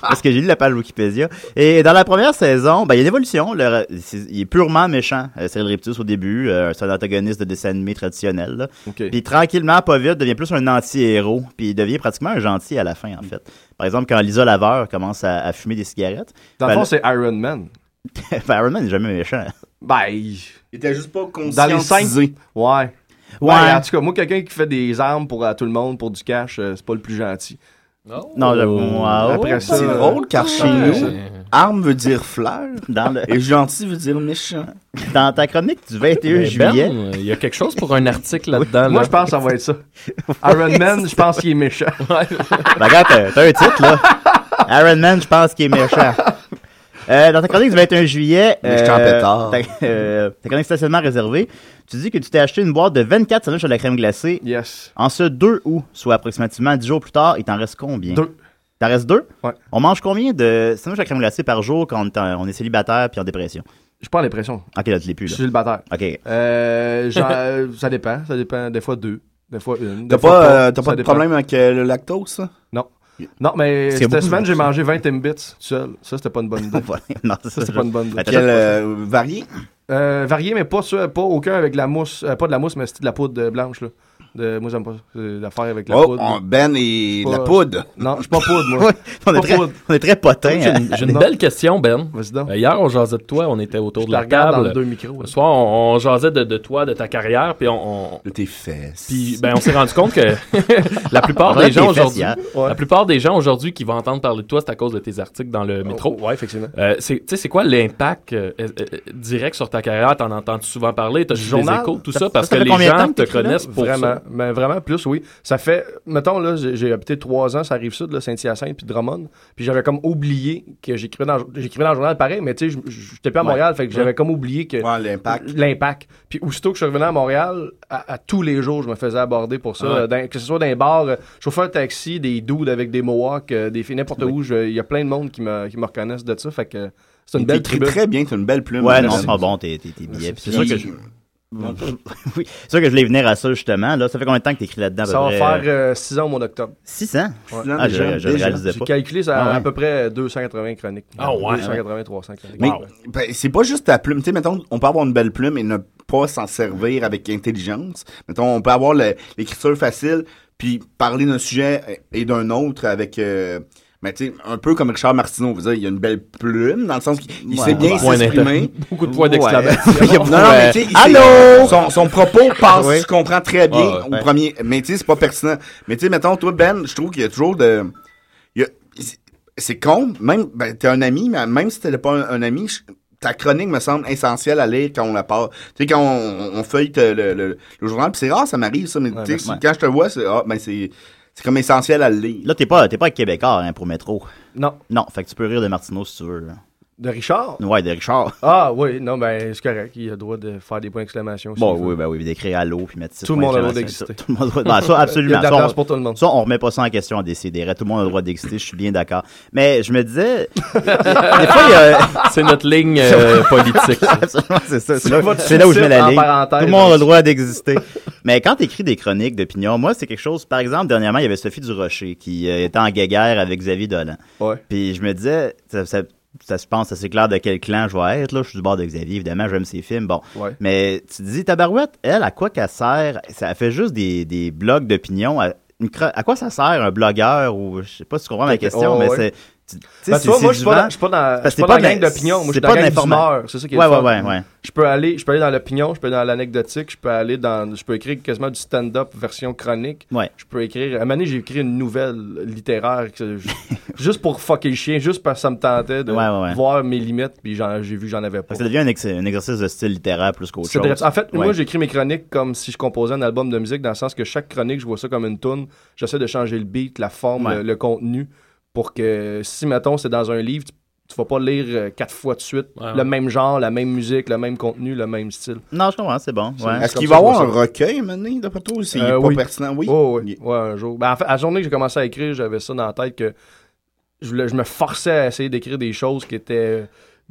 parce que j'ai lu la page Wikipédia. Et dans la première saison, ben, il y a une évolution. Le- c'est- il est purement méchant, euh, Cyril Riptus, au début. euh, c'est un antagoniste de dessin animé traditionnel. là.
Ok.
Puis tranquillement, pas vite, devient plus un anti-héros. Puis il devient pratiquement un gentil à la fin, en
Mm.
fait. Par exemple, quand Lisa Laveur commence à, à fumer des cigarettes,
Dans le fond, c'est Iron Man.
ben, Iron Man n'est jamais méchant.
Ben, il-
Il était juste pas
dans les cinq.
conscientisé.
Ouais.
Ouais.
Ouais. En tout cas, moi, quelqu'un qui fait des armes pour euh, tout le monde, pour du cash, euh, c'est pas le plus gentil.
Non, j'avoue. wow.
euh, Après ça.
Ah C'est
euh,
drôle, car chez
Ben,
Ouais.
nous, arme veut dire fleur.
Dans, le-
Et gentil veut dire méchant.
dans ta chronique du 21
Mais Ben,
juillet,
euh, il y a quelque chose pour un article
hein,
là-dedans.
Moi,
là.
je pense que ça va être ça. Iron Man, je pense qu'il est méchant.
Ben, regarde, t'as t'as un titre, là. Iron Man, je pense qu'il est méchant. Euh, dans ta chronique du 21 juillet,
Méchant pétard.
ta, euh, ta chronique stationnement réservée, tu dis que tu t'es acheté une boîte de 24 sandwichs à la crème glacée.
Yes.
En ce 2 août, soit approximativement 10 jours plus tard, il t'en reste combien?
Deux.
T'en restes deux?
Ouais.
On mange combien de sandwichs à crème glacée par jour quand on est, en- on est célibataire puis en dépression?
Je suis pas en dépression.
Ok, là, tu l'es plus,
Je
là.
suis le batteur.
Ok.
Euh, genre, ça dépend. Ça dépend. Des fois deux. Des fois une.
T'as
des fois
pas, euh, t'as
Ça
pas de
dépend.
problème avec euh, le lactose, ça?
Non. Non, mais
C'est
cette
beaucoup,
semaine,
ça.
j'ai mangé 20 Timbits tout seul. Ça, c'était pas une bonne idée.
Voilà. Non, ça,
c'est pas une bonne idée.
Ben, t'as-
Quel euh, varié?
Euh, varié, mais pas, sûr, pas aucun avec la mousse. euh, pas de la mousse, mais c'était de la poudre euh, blanche. Là. De, moi, j'aime pas euh, l'affaire avec la
Oh,
poudre.
on- Ben et
Pas-
la poudre.
Non, je suis pas poudre, moi.
Ouais, on, est
Pas
très,
poudre.
on est très potins.
J'ai
hein.
une, j'ai une belle question, Ben.
Vas-y donc.
Euh, Hier, on jasait de toi, on était autour
Je
de
la
la
regarde dans
table.
le deux micros.
Ce soir, on, on jasait de, de toi, de ta carrière, puis on, on-
De tes fesses.
puis, ben, on s'est rendu compte que la plupart
On a
des gens
des fesses
aujourd'hui,
hier.
Ouais.
la plupart des gens aujourd'hui qui vont entendre parler de toi, c'est à cause de tes articles dans le métro.
hein. Oh, Ouais, effectivement.
Euh, c'est- tu sais, c'est quoi l'impact euh, euh, euh, direct sur ta carrière? T'en entends-tu souvent parler? T'as du
Journal?
journal, tout
Ça-
ça, parce
ça
que
fait
les
combien de temps
gens
que
te
t'écris là?
connaissent pour
vraiment,
ça.
mais vraiment plus, oui. Ça fait, mettons, là, j'ai j'ai habité trois ans, ça arrive sud, là, Saint-Hyacinthe, puis Drummond. Puis j'avais comme oublié que j'écrivais dans, j'écrivais dans le journal pareil, mais tu sais, je- je- j'étais pas à Montréal, fait que j'avais comme oublié que.
Ouais, l'impact.
L'impact. Puis aussitôt que je suis revenu à Montréal, à, à tous les jours, je me faisais aborder pour ça.
Ah ouais.
Euh, dans- que ce soit dans les bars, euh, chauffeur de taxi, des dudes avec des mohawks, euh, des filles, n'importe où, je- il y a plein de monde qui me, qui me reconnaissent de ça. Fait que c'est une
Il
belle
t'écrit
tribune.
très bien, t'as une belle plume.
Ouais,
Ben.
non, c'est pas bon, tes, tes, tes billets. Puis C'est sûr
Puis-
que je... Oui, c'est sûr que je voulais venir à ça, justement. Là, ça fait combien de temps que t'écris là-dedans? à peu
Ça va
près?
faire euh, six ans au mois d'octobre.
600?
Non,
Ah, je,
déjà,
je le
déjà.
réalisais
J'ai
pas.
calculé ça à,
Ah ouais.
à peu près 280 chroniques.
Ah ouais.
280, 300 chroniques.
Mais ben, c'est pas juste ta plume. Tu sais, mettons, on peut avoir une belle plume et ne pas s'en servir avec intelligence. Mettons, on peut avoir le- l'écriture facile, puis parler d'un sujet et d'un autre avec... euh, ben, tu sais, un peu comme Richard Martineau, vous dire, il a une belle plume, dans le sens qu'il il
Ouais,
sait bien
ouais.
s'exprimer.
Beaucoup de points
Ouais.
d'exclamation.
non, non,
euh,
mais tu sais, il sait-
Allô?
Son, son propos passe,
Ouais.
tu comprends très bien
Ouais,
au
ouais.
premier. Mais tu sais, c'est pas pertinent. Mais tu sais, mettons, toi, Ben, je trouve qu'il y a toujours de. il y a- c'est- C'est con, même, ben, t'es un ami, mais même si t'es pas un, un ami, je- ta chronique me semble essentielle à lire quand on la part. Tu sais, quand on, on feuille te- le, le- le journal, puis c'est rare, ça m'arrive, ça, mais tu sais,
ben,
merci.
quand je te vois, c'est ah, ben, c'est c'est comme essentiel à le lire.
Là, t'es pas, t'es pas québécois hein, pour métro.
Non,
Non, fait que tu peux rire de Martineau si tu veux. là.
De Richard?
Ouais, de Richard.
Ah oui, non, ben c'est correct. Il a le droit de faire des points d'exclamation. s'il
Bon,
veut.
oui, ben oui, d'écrire à l'eau puis mettre six
Tout le
points
monde a le droit
d'exclamation.
d'exister.
Tout le monde a le droit- Non, ça,
Il y a
absolument.
de la
Ça, on-
place pour tout le monde.
Ça, on remet pas ça en question à décider. Tout le monde a le droit d'exister, je suis bien d'accord. Mais je me disais. des fois, il y a.
C'est notre ligne euh, politique. ça.
Absolument, c'est ça. C'est
C'est
là,
votre
c'est là où je mets la
sous-titre en
ligne.
parenthèse.
Tout le monde a le droit d'exister. Mais quand tu écris des chroniques d'opinion, moi, c'est quelque chose. Par exemple, dernièrement, il y avait Sophie Durocher qui euh, était en guéguerre avec Xavier Dolan.
Ouais.
Puis je me disais, ça, ça, ça se pense assez clair de quel clan je vais être. Là. Je suis du bord de Xavier, évidemment, j'aime ses films. Bon.
Ouais.
Mais tu te dis, Tabarouette, elle, à quoi qu'elle sert Ça fait juste des, des blogs d'opinion. À, une cro- à quoi ça sert un blogueur ou je sais pas si tu comprends ma question,
oh, Ouais,
mais
ouais.
c'est. Tu, tu sais,
Ben,
c'est-
tu vois,
c'est
moi, je suis
du
pas,
vent.
dans- je suis pas dans, je
parce que
suis
t'es
pas
pas
dans la gang
de la-
d'opinion. Moi, je
c'est
suis dans
pas
la
de
gang
l'informa-
d'humeur. C'est ça qui est
Ouais,
le fun.
ouais, ouais, ouais.
Je peux aller, je peux aller dans l'opinion, je peux aller dans l'anecdotique, je peux aller dans, je peux écrire quasiment du stand-up version chronique.
Ouais.
Je peux écrire. À un moment donné, j'ai écrit une nouvelle littéraire que- juste pour fucker le chien, juste parce que ça me tentait de
Ouais, ouais, ouais.
voir mes limites, puis j'en- j'ai vu que j'en avais
Fait
pas.
que Ça devient un, ex- un exercice de style littéraire plus qu'autre
C'est
chose.
vrai. En fait,
Ouais.
moi, j'écris mes chroniques comme si je composais un album de musique, dans le sens que chaque chronique, je vois ça comme une tune. J'essaie de changer le beat, la forme,
Ouais.
le, le contenu, pour que si, mettons, c'est dans un livre, tu, tu vas pas lire euh, quatre fois de suite
Ouais, ouais.
le même genre, la même musique, le même contenu, le même style.
Non, je comprends, c'est bon. ouais.
Est-ce
comme
qu'il
ça, je vois
va y avoir un
ça.
recueil, maintenant, d'après toi, ou c'est
Euh,
pas
oui.
pertinent? Oui.
Oh,
Il-
oui, ouais, un jour. Ben, en fait, à la journée que j'ai commencé à écrire, j'avais ça dans la tête que je, voulais- je me forçais à essayer d'écrire des choses qui étaient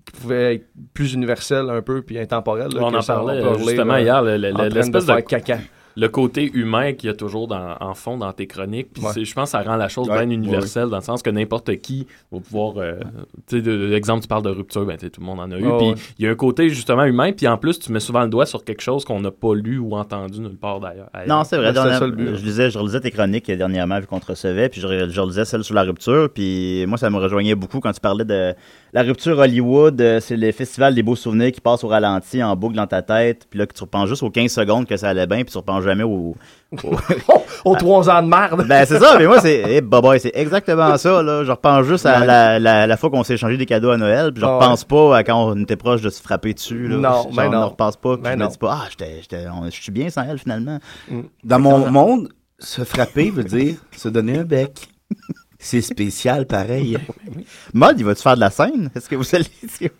qui pouvaient être plus universelles un peu puis intemporelles. là,
on
que
en
ça,
parlait
peut
euh,
relire,
justement
là,
hier, le- le-
en train
le- l'espèce
de
de,
faire caca.
le côté humain qu'il y a toujours dans- en fond dans tes chroniques. Puis
Ouais.
c'est- je pense que ça rend la chose
Ouais,
bien universelle dans le sens que n'importe qui va pouvoir. euh, tu sais, de- de- exemple, tu parles de rupture, ben, tu sais, tout le monde en a eu.
Ouais,
puis
ouais.
il y a un côté justement humain. Puis en plus, tu mets souvent le doigt sur quelque chose qu'on n'a pas lu ou entendu nulle part d'ailleurs.
Non, c'est vrai.
C'est
dernière-
ça, le but.
je, lisais, je relisais tes chroniques euh, dernièrement, vu qu'on te recevait, puis je, re- je relisais celle sur la rupture, puis moi, ça me rejoignait beaucoup quand tu parlais de la rupture Hollywood. euh, C'est le festival des beaux souvenirs qui passe au ralenti, en boucle dans ta tête, puis là, que tu repenses juste aux 15 secondes que ça allait bien, puis tu repenses jamais au. au-
Oh, aux trois ans de merde.
ben, c'est ça, mais moi, c'est. eh, boboy, c'est exactement ça, là. Je repense juste à la, la, la fois qu'on s'est échangé des cadeaux à Noël, puis je
Ah ouais.
repense pas à quand on était proche de se frapper dessus, là.
Non,
Genre,
ben
On ne
non.
repense pas, puis
Ben
je me
non.
dis pas, ah, j'étais- j'étais- on- je suis bien sans elle, finalement.
Dans mon monde, se frapper veut dire se donner un bec. C'est spécial, pareil.
Mod, il va-tu faire de la scène? Est-ce que vous allez. est-ce que-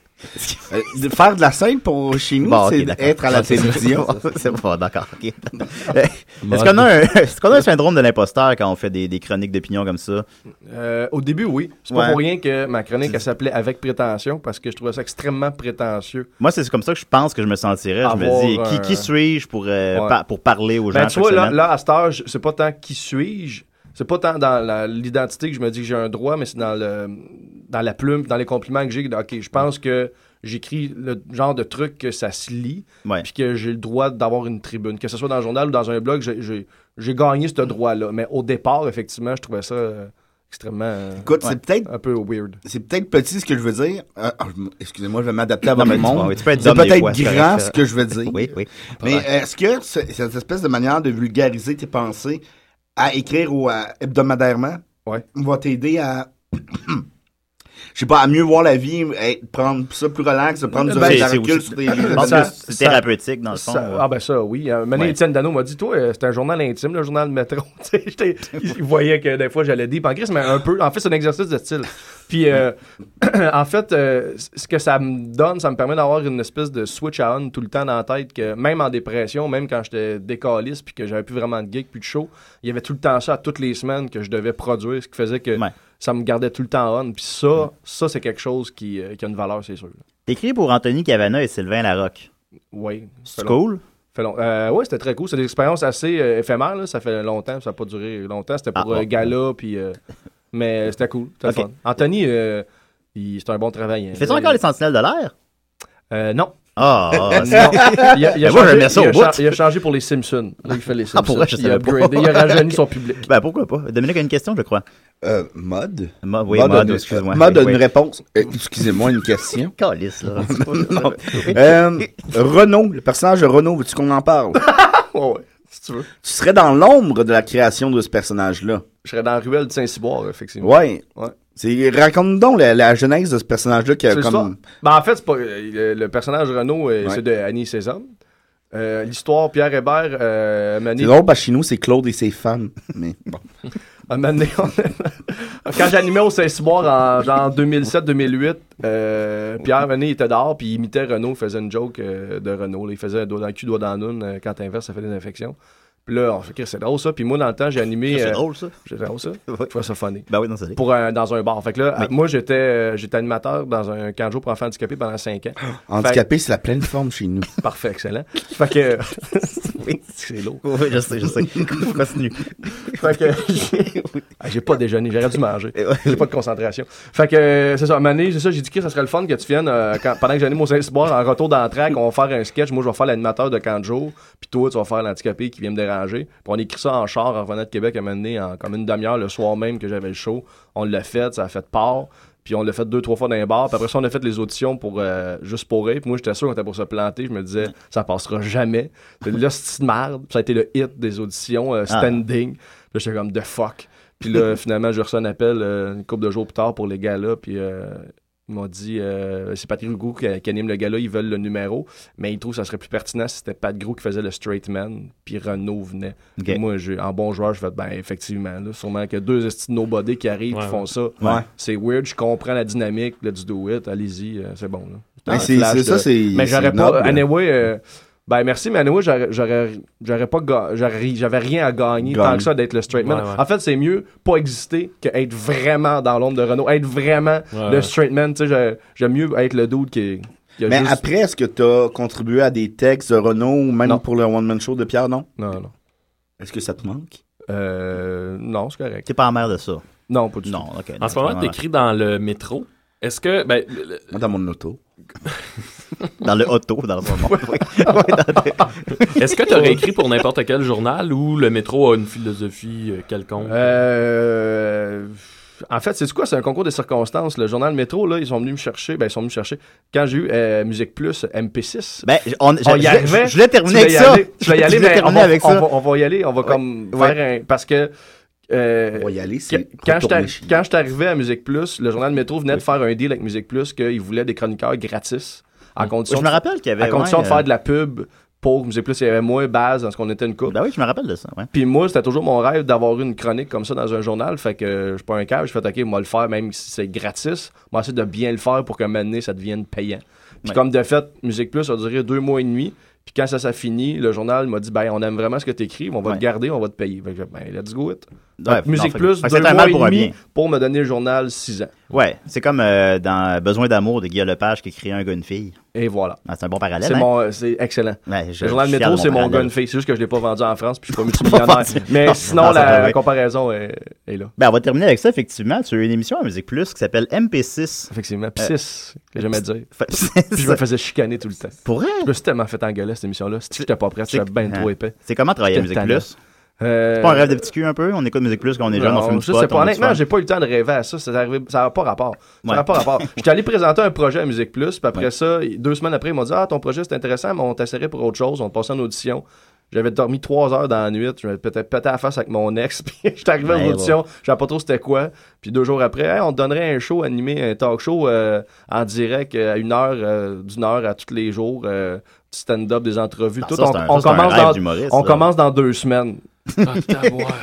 Euh, de faire de la scène pour chez nous,
Bon, ok,
c'est
d'accord.
être à la
Ah, c'est ça.
télévision.
C'est bon, d'accord. ok. Euh, Est-ce qu'on a, un- est-ce qu'on a un syndrome de l'imposteur quand on fait des, des chroniques d'opinion comme ça?
Euh, au début, oui. C'est
Ouais.
pas pour rien que ma chronique, elle s'appelait Avec prétention, parce que je trouvais ça extrêmement prétentieux.
Moi, c'est comme ça que je pense que je me sentirais. Je
Avoir
me dis, qui,
un-
qui suis-je pour, euh,
Ouais.
pa- pour parler aux gens?
Ben, tu
chaque
vois, là,
semaine?
là, à cette heure, je- c'est pas tant qui suis-je, c'est pas tant dans la- l'identité que je me dis que j'ai un droit, mais c'est dans, le, dans la plume, dans les compliments que j'ai. que, OK, je pense que j'écris le genre de truc que ça se lit,
Ouais.
puis que j'ai le droit d'avoir une tribune. Que ce soit dans un journal ou dans un blog, j'ai- j'ai j'ai gagné ce droit-là. Mais au départ, effectivement, je trouvais ça euh, extrêmement. euh,
Écoute,
Ouais.
c'est peut-être
un peu weird.
c'est peut-être petit ce que je veux dire. Euh, ah, je m- Excusez-moi, je vais m'adapter à
Non, mais
mon
tu-
monde.
oui, tu peux être
C'est
d'homme des
peut-être
fois, c'est
grand
correct,
ce
ça.
que je veux dire.
Oui, oui.
Mais euh, est-ce que ce- cette espèce de manière de vulgariser tes pensées à écrire ou à hebdomadairement
Ouais.
va t'aider à je sais pas, à mieux voir la vie, à prendre ça plus relax, de prendre du
Ben,
de la
c'est
recul
aussi-
sur tes...
Je pense
Ça-
que c'est
ça-
thérapeutique, dans le fond.
Ça-
ouais.
ah ben ça, oui. Euh, Mané
Ouais.
Étienne Dano m'a dit, toi, euh, c'est un journal intime, le journal métro. Tu sais, j'étais- il voyait que des fois j'allais deep en crise, mais un peu. En fait, c'est un exercice de style. Puis euh, en fait, euh, c- ce que ça me donne, ça me permet d'avoir une espèce de switch à on tout le temps dans la tête que même en dépression, même quand j'étais décaliste puis que j'avais plus vraiment de geek, plus de show, il y avait tout le temps ça toutes les semaines que je devais produire, ce qui faisait que
Ouais.
ça me gardait tout le temps on. Puis ça, ça c'est quelque chose qui, euh, qui a une valeur, c'est sûr.
T'écris pour Anthony Cavana et Sylvain Larocque.
Oui.
C'est cool?
Fait long- euh, ouais, c'était très cool. C'est des expériences assez euh, éphémères. là. Ça fait longtemps. Ça n'a pas duré longtemps. C'était pour
Ah,
euh,
ah.
gala. Puis, euh, mais c'était cool. C'était le
Ok.
fun. Anthony, euh, il- c'est un bon travail.
Fais-tu encore les Sentinelles de l'air?
Euh, non. Euh,
Ah, ah,
non. Il a, il
Mais
a
moi,
changé,
j'aimais ça
il a
au bout.
cha- il a changé pour les Simpsons. Là, il fait les Simpsons.
Ah, pour vrai, je
il a
savais pas.
upgradé. Il a rajeuni son public.
ben pourquoi pas? Dominique a une question, je crois.
Euh, mode?
Mo- oui,
Mode a
Mod,
une-
excuse-moi.
Mode a
Oui,
une
oui.
réponse. Euh, Excusez-moi, une question.
Calisse, là.
Non. Euh, Renaud, le personnage de Renaud, veux-tu qu'on en parle?
Ouais, ouais, si tu veux.
tu serais dans l'ombre de la création de ce personnage-là.
Je serais dans la ruelle de Saint-Cyboire, effectivement.
Ouais.
Ouais.
C'est- Raconte-nous donc la, la genèse de ce personnage-là qui a
C'est l'histoire.
comme.
Ben, en fait, c'est pas- euh, le personnage Renault, euh,
Ouais.
c'est de Annie Sésame. Euh, L'histoire, Pierre Hébert, euh, Mané-
C'est drôle parce que chez nous, c'est Claude et ses femmes. Mais bon.
un moment donné, on- quand j'animais au Saint-Cyboire en genre 2007-2008, euh, Pierre René était dehors, puis il imitait Renault, il faisait une joke euh, de Renault. là. Il faisait un doigt dans le cul, doigt dans la noune, euh, quand t'inverses, ça fait des infections. Puis là, on fait que c'est drôle ça. Puis moi, dans le temps, j'ai animé.
C'est
euh,
drôle, ça.
C'est drôle ça.
Oui.
Je trouvais ça funny
Ben oui, non, c'est
pour un- dans un bar. Fait que là,
Oui.
euh, moi, j'étais euh, j'étais animateur dans un camp de jour pour enfants handicapés pendant 5 ans.
Ah.
Handicapé, c'est la pleine forme chez nous.
Parfait, excellent. Fait que.
Oui.
C'est lourd.
Oui, je sais, je sais. Continue.
Fait que. Ah, j'ai pas déjeuné, j'aurais dû manger.
Eh ouais.
J'ai pas de concentration. Fait que, euh, c'est ça, à un moment donné, c'est ça, j'ai dit que ça serait le fun que tu viennes, euh, quand- pendant que j'anime au Saint-Cyboire, en retour d'entraque, on va faire un sketch. Moi, je vais faire l'animateur de camp de jour, puis toi, tu vas faire l'handicapé qui vient me déranger. Puis on écrit ça en char en revenant de Québec, à un moment donné, en comme une demi-heure, le soir même que j'avais le show. On l'a fait, ça a fait part. Puis on l'a fait deux, trois fois dans les bars. Puis après ça, on a fait les auditions pour euh, juste pour rire. Puis moi, j'étais sûr qu'on était pour se planter. Je me disais, ça passera jamais. Puis Là, c'est de merde. Puis Ça a été le hit des auditions, euh, standing. Puis Là, j'étais comme, the fuck. Puis là, finalement, je reçois un appel euh, une couple de jours plus tard pour les gars-là. Puis euh, ils m'ont dit, euh, c'est Patrick Hugo qui, qui anime le gala, ils veulent le numéro. Mais ils trouvent que ça serait plus pertinent si c'était Pat Gros qui faisait le straight man. Puis Renault venait.
Ok.
Puis Moi, j'ai- en bon joueur, je fais, ben, effectivement, là, sûrement que deux estis de nobody qui arrivent,
Ouais,
qui font
ouais.
ça.
Ouais.
C'est weird, je comprends la dynamique, let's do it, allez-y, euh, c'est bon. Là.
Mais
Un
c'est
flash
c'est- ça,
de-
c'est.
mais j'aurais
c'est
pas.
noble.
Anyway, euh, ben merci, mais anyway, j'aurais- j'aurais j'aurais pas. ga- j'aurais ri- J'avais rien à gagner
Gagner.
tant que ça d'être le straight man.
Ouais, ouais.
En fait, c'est mieux pas exister que être vraiment dans l'ombre de Renault, être vraiment
Ouais,
le
ouais.
straight man. Tu sais, j'ai- j'aime mieux être le dude qui, est- qui a
Mais
juste-
après, est-ce que tu as contribué à des textes de Renault ou même
Non.
pour le one-man show de Pierre, non?
Non, non.
Est-ce que ça te manque?
Euh, non, c'est correct.
T'es pas en mer de ça.
Non, pas du tout.
Non, ok.
En ce moment, t'écris dans le métro. Est-ce que. Ben, le- le-
Moi, dans mon auto.
Dans le auto, dans le moment. Oui.
Est-ce que tu aurais écrit pour n'importe quel journal ou le métro a une philosophie euh, quelconque?
Euh, en fait, c'est quoi? C'est un concours des circonstances. Le journal Métro, là, ils sont venus me chercher. Ben, ils sont venus me chercher. Quand j'ai eu euh, Musique Plus, MP6,
Ben, j- on,
on
je-
y
je-
arrivait.
je voulais terminer
Tu
avec
voulais y
ça.
aller. Tu voulais y aller,
voulais
mais on
terminer
va,
avec
on
ça.
va- on va y aller. On va comme
ouais.
faire un. Parce que. euh,
On va y aller,
quand-
c'est.
quand j'étais
retourner chez nous.
quand j'étais arrivé à Musique Plus, le journal Métro venait de faire un deal avec Musique Plus qu'ils voulaient des chroniqueurs gratis. En
Je
condition,
me rappelle qu'il y
de,
avait.
à condition
ouais,
de faire
euh,
de la pub pour Musique Plus. Il y avait moins base dans ce qu'on était une couple.
Ben oui, je me rappelle de ça. Ouais.
Puis moi, c'était toujours mon rêve d'avoir une chronique comme ça dans un journal. Fait que euh, je suis pas un câble, je fais OK, moi le faire, même si c'est gratis, moi essayer de bien le faire pour que maintenant ça devienne payant. Puis
Ouais.
comme de fait, Musique Plus a duré deux mois et demi. Puis quand ça s'est fini, le journal m'a dit ben on aime vraiment ce que tu écris, on va
Ouais.
te garder, on va te payer. Fait que ben let's go it.
Ouais,
Fait que Musique
non, fait-
Plus,
fait que
deux
c'est un
mois
mal
et
pour un
demi
bien.
pour me donner le journal six ans.
Ouais, c'est comme euh, dans Besoin d'amour de Guillaume Lepage qui écrit un gars, une fille.
Et voilà.
Ah, c'est un bon parallèle.
C'est
hein?
mon, euh, c'est excellent.
Ouais, je-
le journal
je suis
Métro,
fier
c'est
de
mon
parallèle.
gun face. C'est juste que je l'ai pas vendu en France, puis je suis pas
pas
multimillionnaire.
vendu.
Mais
Non,
sinon,
non, c'est
la
vrai.
comparaison est, est là.
Ben, on va terminer avec ça, effectivement. Tu as une émission à Musique Plus qui s'appelle MP6.
Effectivement. Puis
Euh,
six, que j'aimais dire.
Fait- c'est-
Puis je me faisais chicaner tout le temps.
Pour vrai?
Je me suis tellement fait engueuler cette émission-là. Si j'étais pas prêt, j'étais bien trop épais.
C'est comment travailler à
Quel
Musique
talent.
Plus?
Euh,
hein. C'est pas un rêve de petit cul un peu? On écoute Musique Plus quand on est jeune, on
non,
fume du
je
pot, on
sais Ah, pas.
a du
Honnêtement,
fun.
j'ai pas eu le temps de rêver à ça. C'est arrivé- Ça n'a pas rapport. Ça
Ouais.
n'a pas rapport. J'étais allé présenter un projet à Musique Plus. Puis après
Ouais.
ça, deux semaines après, ils m'ont dit Ah, ton projet, c'est intéressant, mais on t'essaierait pour autre chose. On te passait en audition. J'avais dormi trois heures dans la nuit. Je m'étais peut-être pété la face avec mon ex. Puis j'étais arrivé à
Ben, Ouais,
l'audition. Je savais pas trop c'était quoi. Puis deux jours après, Hey, on te donnerait un show animé, un talk show euh, en direct euh, à une heure, euh, d'une heure à tous les jours. euh, petit stand-up, des entrevues.
Ah,
tout.
ça,
on
c'est un-
on
ça, c'est un
commence
rêve
dans-
d'humoriste,
on
ça.
commence dans deux semaines.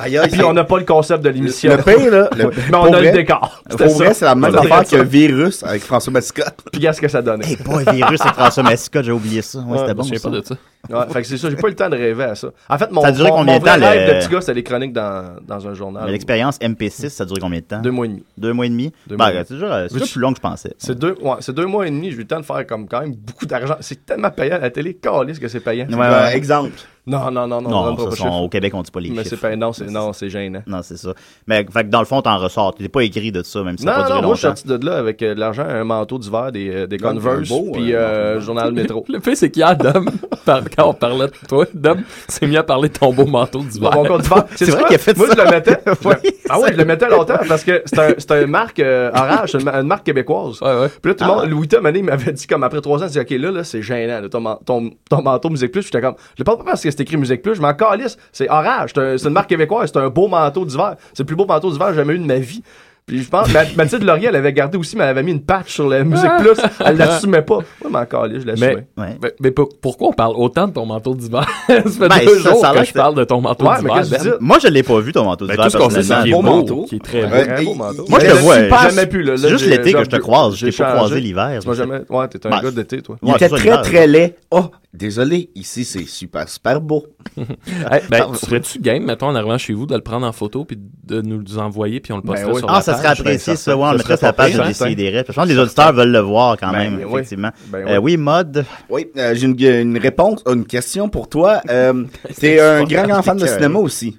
Aïe, aïe,
Puis on n'a pas le concept de l'émission.
Ah, Le pire, là. le-
Mais on
pour
a
vrai,
le décor. C'était
Pour vrai,
ça.
c'est la même
C'était
affaire
ça.
que Virus avec François Mascotte.
Puis regarde ce que ça donnait.
Hey, pas un virus, c'est François Mascotte, j'ai oublié ça. Ouais, c'était
Je me
bon.
souviens
ça.
pas de ça.
Ouais, fait que c'est ça, j'ai pas eu le temps de rêver à ça. En fait, mon,
Ça a duré
mon,
combien
mon
de
vrai
temps,
rêve
le-
de petit gars, c'était les chroniques dans, dans un journal.
Mais l'expérience MP6, ça a duré combien de temps?
Deux mois et demi.
Deux mois et demi?
Deux
Ben,
mois et
c'est toujours, euh, c'est toujours
Veux-tu-
plus long que je pensais.
C'est deux, ouais, c'est deux mois et demi, j'ai eu le temps de faire comme quand même beaucoup d'argent. C'est tellement payant à la télé, calisse que c'est payant.
Ouais,
Euh,
ouais.
Exemple.
Non, non, non, non, on
Non,
rentre pas
ça,
au
sont-
chiffre.
au Québec, on dit pas les
Mais c'est
chiffres.
payant. Non, c'est, non, c'est gênant.
Non, c'est ça. Mais fait que dans le fond, t'en ressors. T'es pas écrit de ça, même si ça
Non,
n'a pas
non,
duré
moi, je suis
longtemps.
sorti de là avec euh, de l'argent, un manteau d'hiver, des, euh, des
Non,
Converse,
c'est un beau,
puis
euh,
euh, journal métro.
Le fait, c'est qu'hier, Dom, par- quand on parlait de toi, Dom s'est mis à parler de ton beau manteau d'hiver.
Mon compte d'hiver.
C'est
Sais-tu
vrai
quoi?
qu'il a fait
Moi,
ça.
je le mettais.
Oui,
ah ouais, je le mettais longtemps parce que c'est un- c'est une marque euh, orange, c'est une, ma- une marque québécoise.
Ouais, ouais.
Puis là, tout le monde, Louis Tom, année, il m'avait dit, comme après trois ans, il dit, OK, là, là c'est gênant, là, ton, man- ton, ton manteau Musique Plus. Puis J'étais comme, je le parle pas parce que c'est écrit Musique Plus, je m'en calisse. C'est orange, c'est un- c'est une marque québécoise, c'est un beau manteau d'hiver. C'est le plus beau manteau d'hiver que j'ai jamais eu de ma vie. Puis je pense, Ma- Mathilde Laurier, elle avait gardé aussi, mais elle avait mis une patch sur la Musique Plus. Elle l'assumait pas. Ouais, mais encore, là, je l'assumais.
Mais,
Ouais.
mais, mais pour- pourquoi on parle autant de ton manteau d'hiver? ça fait
Ben,
deux
ça,
jours
ça a
que
l'air
je
que-
parle de ton manteau
Ouais, mais
d'hiver.
qu'est-ce que tu dis?
Ben.
Moi, je l'ai pas vu ton manteau
Ben,
d'hiver
tout ce qu'on sait, c'est
personnellement.
qu'il est
Bon
beau,
manteau.
qui est très beau.
Ouais.
Un
hey,
beau manteau.
Moi, je te
J'ai
vois.
J'ai
juste-
jamais pu, là. Là,
C'est juste
j'ai-
l'été que
j'ai-
je te croise. Je
j'ai
t'ai pas
changé.
croisé l'hiver.
Tu m'as jamais. Ouais, t'es un
Ben,
gars d'été, toi.
Bah, Il
Ouais,
était
c'est ça,
très,
l'hiver.
très laid. Oh, désolé, ici, c'est super, super beau.
Hey, ben, serais-tu game, mettons, en arrivant chez vous, de le prendre en photo puis de nous le envoyer puis on le posterait
oui.
sur la
Ah, ça serait
page?
apprécié,
ben,
ça. Ouais, on
ça
mettrait
serait
sa
pas
page de
pire,
décider des rêves. Je pense que les auditeurs veulent le voir quand même,
oui.
effectivement.
Ben
Euh, Oui, mode.
Oui, euh, j'ai une, une réponse, une question pour toi. Euh, T'es un grand, grand fan de cinéma aussi.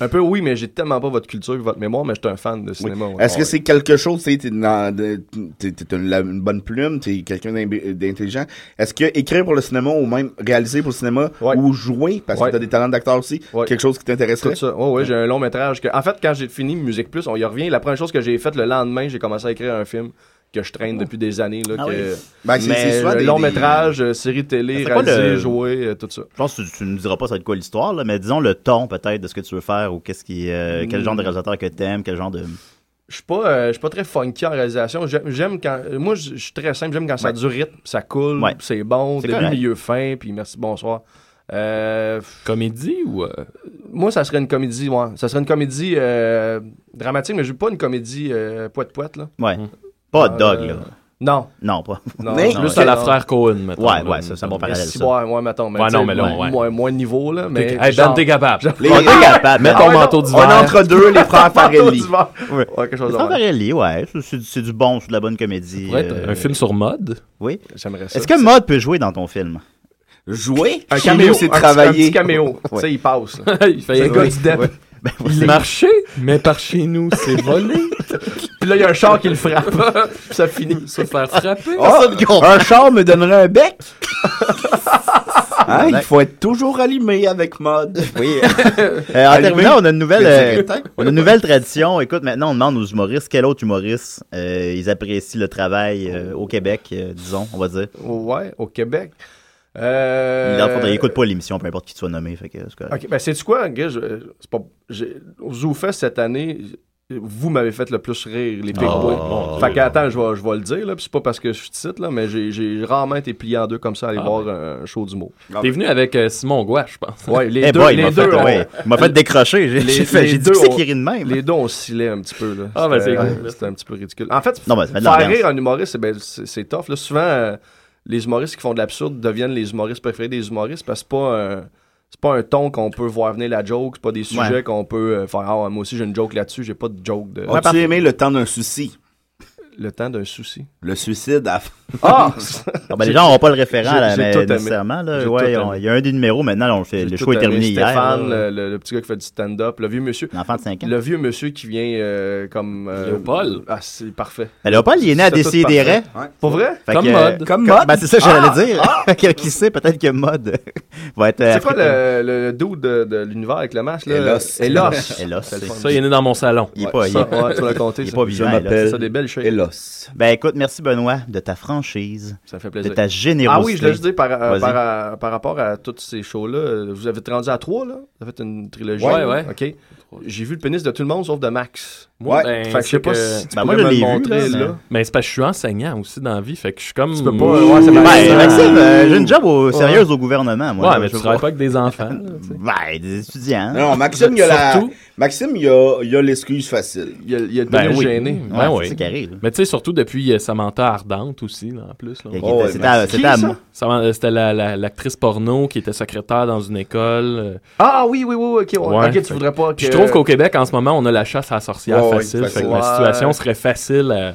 Un peu oui, mais j'ai tellement pas votre culture et votre mémoire, mais j'étais un fan de cinéma. ouais.
Est-ce que
Ouais.
c'est quelque chose, tu sais, t'es dans- de- t'es- t'es une, la- une bonne plume, t'es quelqu'un d'imbi- d'intelligent. Est-ce que écrire pour le cinéma ou même réaliser pour le cinéma
Ouais.
ou jouer, parce
Ouais.
que t'as des talents d'acteur aussi,
Ouais.
quelque chose qui t'intéresserait?
Tout ça. Ouais, ouais, j'ai un long métrage. Que... En fait, quand j'ai fini Musique Plus, on y revient. La première chose que j'ai faite le lendemain, j'ai commencé à écrire un film que je traîne depuis des années. Là,
Ah
que...
oui.
Ben, c'est-
Mais
c'est soit
le
des-
long
des-
métrage, euh, série télé,
C'est quoi
réalisé,
le-
joué, euh, tout ça.
Je pense que tu, tu nous diras pas ça va être quoi l'histoire, là, mais disons le ton peut-être de ce que tu veux faire ou qu'est-ce qui, euh, quel genre de réalisateur que t'aimes, quel genre de.
Je suis pas, euh, je suis pas très funky en réalisation. J'aime- J'aime quand. euh, Moi, je je suis très simple. J'aime quand ça a du rythme, ça coule,
Ouais.
c'est bon,
C'est
début,
correct.
milieu, fin, puis merci, bonsoir. Euh,
Comédie ou. euh,
moi, ça serait une comédie, ouais. Ça serait une comédie euh, dramatique, mais je veux pas une comédie euh, poète-poète, là.
Ouais. Pas
Euh,
dog, là.
Non,
Non, pas.
non.
Mais-
non,
Plus
ouais.
à la frère Cohen, mettons.
Ouais,
là,
ouais, ça, c'est un bon
Mais
parallèle.
si,
ça.
ouais, ouais, mettons, mais
Ouais,
tu sais,
non, mais là,
moins-
ouais.
moins, moins de niveau, là, mais
Hey, Ben,
genre-
t'es capable.
Les-
On est capable.
Mets
hein.
ton
ouais,
manteau
on est
d'hiver.
entre deux, les frères Farelli.
Ouais,
Ouais.
quelque chose de
Franck
même.
Varelli, ouais. c'est- C'est, c'est du bon, c'est de la bonne comédie.
Pourrait être
euh,
Un film sur mode.
Oui.
J'aimerais ça.
Est-ce que Mode peut jouer dans ton film?
Jouer?
un
Chez
caméo,
nous, c'est
un petit- Un
travailler.
petit caméo. Tu sais, il passe. là.
Il fait
C'est le gars du dep.
Ben,
Il marchait, mais par chez nous, c'est volé.
Puis là, il y a un char qui le frappe. Puis ça finit.
Se faire frapper.
Oh.
Ah, un char me donnerait un bec? Hein,
Ouais.
il faut être toujours allumé avec mode.
Oui. Euh, en
Allumé.
terminant, on a une nouvelle,
Mais
euh,
direct, hein?
on a une nouvelle tradition. Écoute, maintenant, on demande aux humoristes quel autre humoriste euh, ils apprécient le travail euh,
Oh.
au Québec, euh, disons, on va dire.
Ouais, au Québec. Euh...
Dans le fond, ils n'écoutent pas l'émission, peu importe qui tu sois nommé. Fait que, c'est correct.
Ok, ben sais-tu quoi, gars, je- euh, c'est pas, j'ai- au ZooFest cette année, vous m'avez fait le plus rire, les Big
Oh,
Boys.
mon
fait qu'attends, je vais, je vais le dire, là, puis c'est pas parce que je suis titre, là, mais j'ai, j'ai rarement été plié en deux comme ça à aller voir un show du mot.
T'es venu avec euh, Simon Gouache, je pense.
Ouais, les
Eh
deux,
boy, il
les,
m'a
deux
fait,
ont,
ouais, il m'a fait décrocher. J'ai,
les-
j'ai fait,
les
j'ai dit
deux
que c'est
ont-
qui rit de même.
les deux ont oscillé un petit peu. Là.
Ah, ben,
C'était- euh,
c'est cool.
C'était un petit peu ridicule. En fait,
Non, ben, ça met de
faire
l'ambiance.
rire un humoriste, c'est, ben, c'est, c'est tough. Là. Souvent, euh, les humoristes qui font de l'absurde deviennent les humoristes préférés des humoristes parce que c'est pas un, c'est pas un ton qu'on peut voir venir la joke, c'est pas des
Ouais.
sujets qu'on peut euh, faire. Ah, ouais, moi aussi, j'ai une joke là-dessus, j'ai pas de joke de Ah,
As-tu aimé le temps d'un souci?
le temps d'un souci.
Le suicide à...
Ah!
Ah, ben, les gens n'ont pas le référent
j'ai-
là,
j'ai
mais
tout aimé.
nécessairement. là.
J'ai
Ouais,
tout aimé.
on- il y a un des numéros maintenant. on fait, le show est terminé hier.
Stéphane,
là.
le, le- le petit gars qui fait du stand-up, le vieux monsieur.
L'enfant de 5 ans.
Le vieux monsieur qui vient euh, comme. euh,
Léopold.
Ah, c'est parfait.
Ben, Léopold, il est né à
C'est tout
Décideret.
Pour vrai?
Fait
Comme
que,
Mode.
euh,
Comme
comme-
Mode.
ben, c'est ça que j'allais dire. Que- qui sait, peut-être que Mode va être. euh,
Ah! C'est quoi
africain.
le, le, le dude de, de l'univers avec le masque? là? Elos.
Elos.
Elos,
C'est le
Ah, c'est-
fun.
Ça, il est né dans mon salon.
Il est pas. il est-
Ça, ouais, tu l'as compté.
il est
ça.
pas vivant,
Je
là.
m'appelle- C'est ça, des belles choses.
Hélas.
Ben écoute, merci Benoît de ta franchise,
Ça fait
de
plaisir.
ta générosité.
Ah oui, je voulais juste dire, par, euh,
Vas-y.
par, euh, par rapport à tous ces shows-là, euh, vous avez été rendu à trois, là? Vous avez fait une trilogie.
Ouais,
là,
ouais.
OK. J'ai vu le pénis de tout le monde, sauf de Max.
Ouais,
ben,
fait que je sais
c'est
pas
que-
si tu
Ben, moi,
pourrais
je
me
l'ai
le
vu,
montrer,
là,
là.
Mais c'est parce que je suis enseignant aussi dans la vie, fait que je suis comme.
Tu peux pas... Ouais, c'est
Ben,
Max.
Maxime, euh, j'ai une job au, sérieuse au gouvernement, moi.
Ouais,
là,
mais
je
tu
veux
travailles
voir.
pas avec des enfants. là, tu sais.
Ben, des étudiants.
Non, Maxime, il y a la...
Surtout-
Maxime, il y a, il y a l'excuse facile.
Il y a, il y a
Ben
devenu
oui.
gêné.
Ben
Ouais,
oui.
C'est ça qui arrive.
Oh,
Mais tu sais, surtout depuis euh, Samantha Ardente aussi, là, en plus.
Qui-
là.
qui
Oh,
était-
ouais,
C'était
Maxime.
à- c'était à
Qui, ça?
moi.
Sama- euh, C'était la- la- l'actrice porno qui était secrétaire dans une école. euh.
Ah oui, oui, oui, ok. ouais.
Ouais,
ok, tu
fait-
voudrais pas que...
Puis je trouve qu'au Québec, en ce moment, on a la chasse à la sorcière
Ouais, ouais,
facile.
facile.
Fait que la
Ouais.
situation serait facile. à-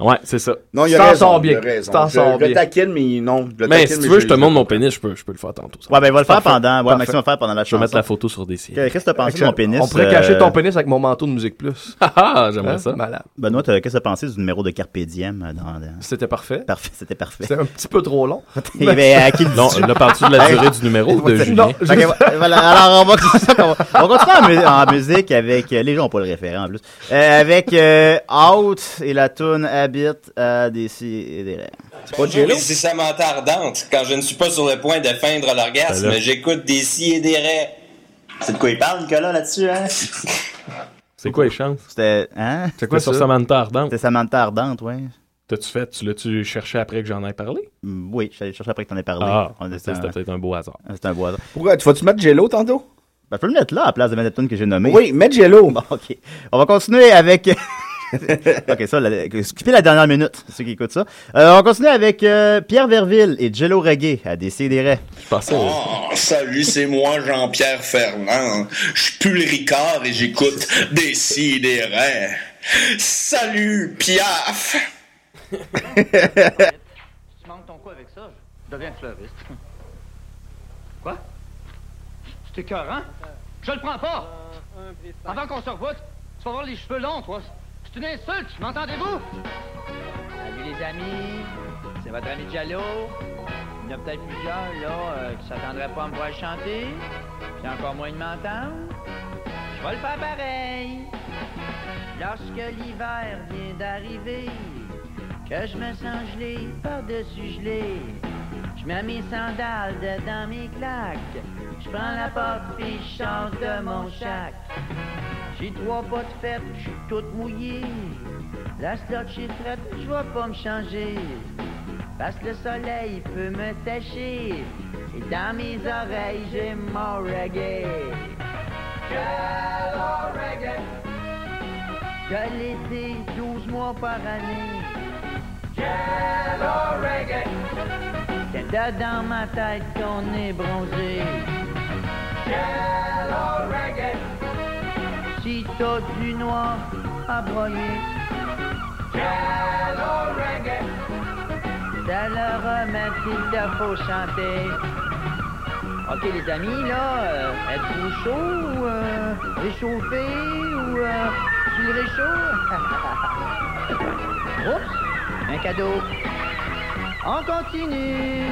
Ah Ouais, c'est ça.
Non, il y
Tu
a
t'en
raison,
sors bien.
il y a raison.
Tu t'en
Je-
sors
Je
bien.
le taquine, mais non. je le
Mais
taquine,
si tu veux, je te montre mon
comprends.
pénis, je peux, je peux le faire tantôt. ça.
Ouais, ben, il va le faire
Parfait.
pendant. Ouais,
Parfait.
Maxime va le faire pendant la
Je vais mettre
chanson.
la photo sur des sièges.
Qu'est-ce que t'as pensé de mon pénis?
On pourrait
euh,
cacher ton pénis avec mon manteau de musique plus.
Ah, j'aimerais
Hein?
ça.
Malade.
Benoît, t'as- qu'est-ce que t'as pensé du numéro de Carpe Diem? euh, dans- dans-
C'était parfait.
Parfait, c'était parfait.
C'était un petit peu trop long.
Eh ben, à qui le
Non,
dis-tu?
là, parti de la durée du numéro de Julien.
Non,
Fait que, voilà, alors, on va, on va continuer en mu- en, musique avec. euh, les gens n'ont pas le référent en plus. Euh, avec euh, Out et la tune Habit à des.
Mais c'est Samantha Ardente. Quand je ne suis pas sur le point de feindre
Ben
l'orgasme, j'écoute des si et des raies.
C'est de quoi il parle, Nicolas, là-dessus, hein?
C'est quoi les chances?
C'était. Hein?
C'est quoi sur
ça?
Samantha Ardente?
C'était Samantha Ardente, ouais.
T'as-tu fait? Tu l'as-tu cherché après que j'en ai parlé?
Mm, Oui, je suis allé chercher après que t'en aies parlé.
Ah,
On était-
c'était c'était peut-être un beau hasard.
C'est un bois.
Pourquoi? Tu vas-tu mettre Jello tantôt?
Ben, peux le mettre là à la place de mettre la tune que j'ai nommée.
Oui, mets Jello.
Bon, OK. On va continuer avec. OK, ça, la... skippez la dernière minute, ceux qui écoutent ça. Euh, on continue avec euh, Pierre Verville et Jello Reggae à Décideret.
Je pensais.
Oh, salut, c'est moi, Jean-Pierre Fernand. Je pue le Ricard et j'écoute des des Salut, Piaf!
Tu manques ton coup avec ça, je deviens fleuriste. Quoi? C'est écœurant? Je le prends pas! Avant qu'on se revoute, tu vas voir les cheveux longs, toi. C'est une insulte, m'entendez-vous? Salut les amis, c'est votre ami Diallo. Il y en a peut-être plusieurs, là, euh, qui s'attendraient pas à me voir chanter. Puis encore moins de m'entendre. Je vais le faire pareil. Lorsque l'hiver vient d'arriver, que je me sens gelé, par-dessus gelé. Je mets mes sandales dedans mes claques. Je prends la porte et je sors de mon sac. J'ai trois pas de fête, je suis toute mouillée. La slot est prête, je vais pas me changer. Parce que le soleil peut me sécher. Et dans mes oreilles, j'ai mon reggae. Quel reggae! Que l'été, 12 mois par année. C'est là dans ma tête qu'on est bronzé. Si t'as du noir à broyer. C'est le remède qu'il te faut chanter. Ok les amis, là, euh, êtes-vous chaud ou euh, réchauffé ou euh, tu le réchauffes? Oups, un cadeau. On continue.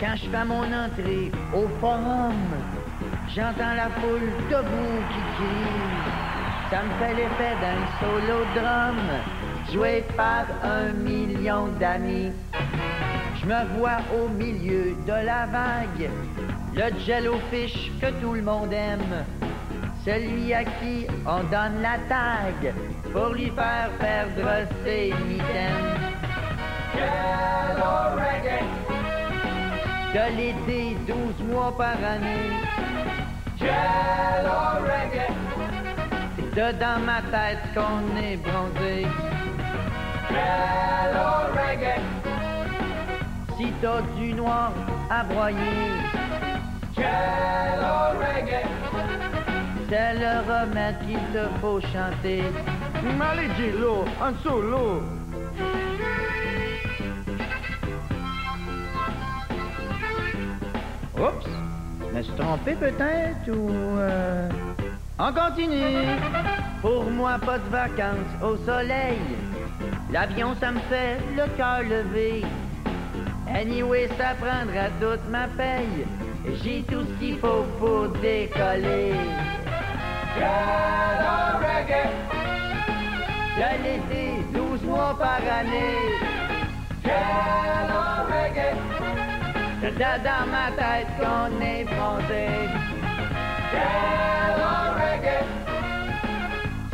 Quand je fais mon entrée au forum, j'entends la foule debout qui crie. Ça me fait l'effet d'un solo drum joué par un million d'amis. Je me vois au milieu de la vague, le jellofish que tout le monde aime. Celui à qui on donne la tag pour lui faire perdre ses mitaines. de l'été 12 mois par année. C'est de dans ma tête qu'on est bronzé. Si t'as du noir à broyer. C'est le remède qu'il te faut chanter. Malé Gillo, un solo. Oups! Je me suis trompé peut-être ou... euh, On continue! Pour moi, pas de vacances au soleil. L'avion, ça me fait le cœur levé. Anyway, ça prendra toute ma paye. J'ai tout ce qu'il faut pour décoller. De l'été, 12 mois par année. C'est là dans ma tête qu'on est bronzé.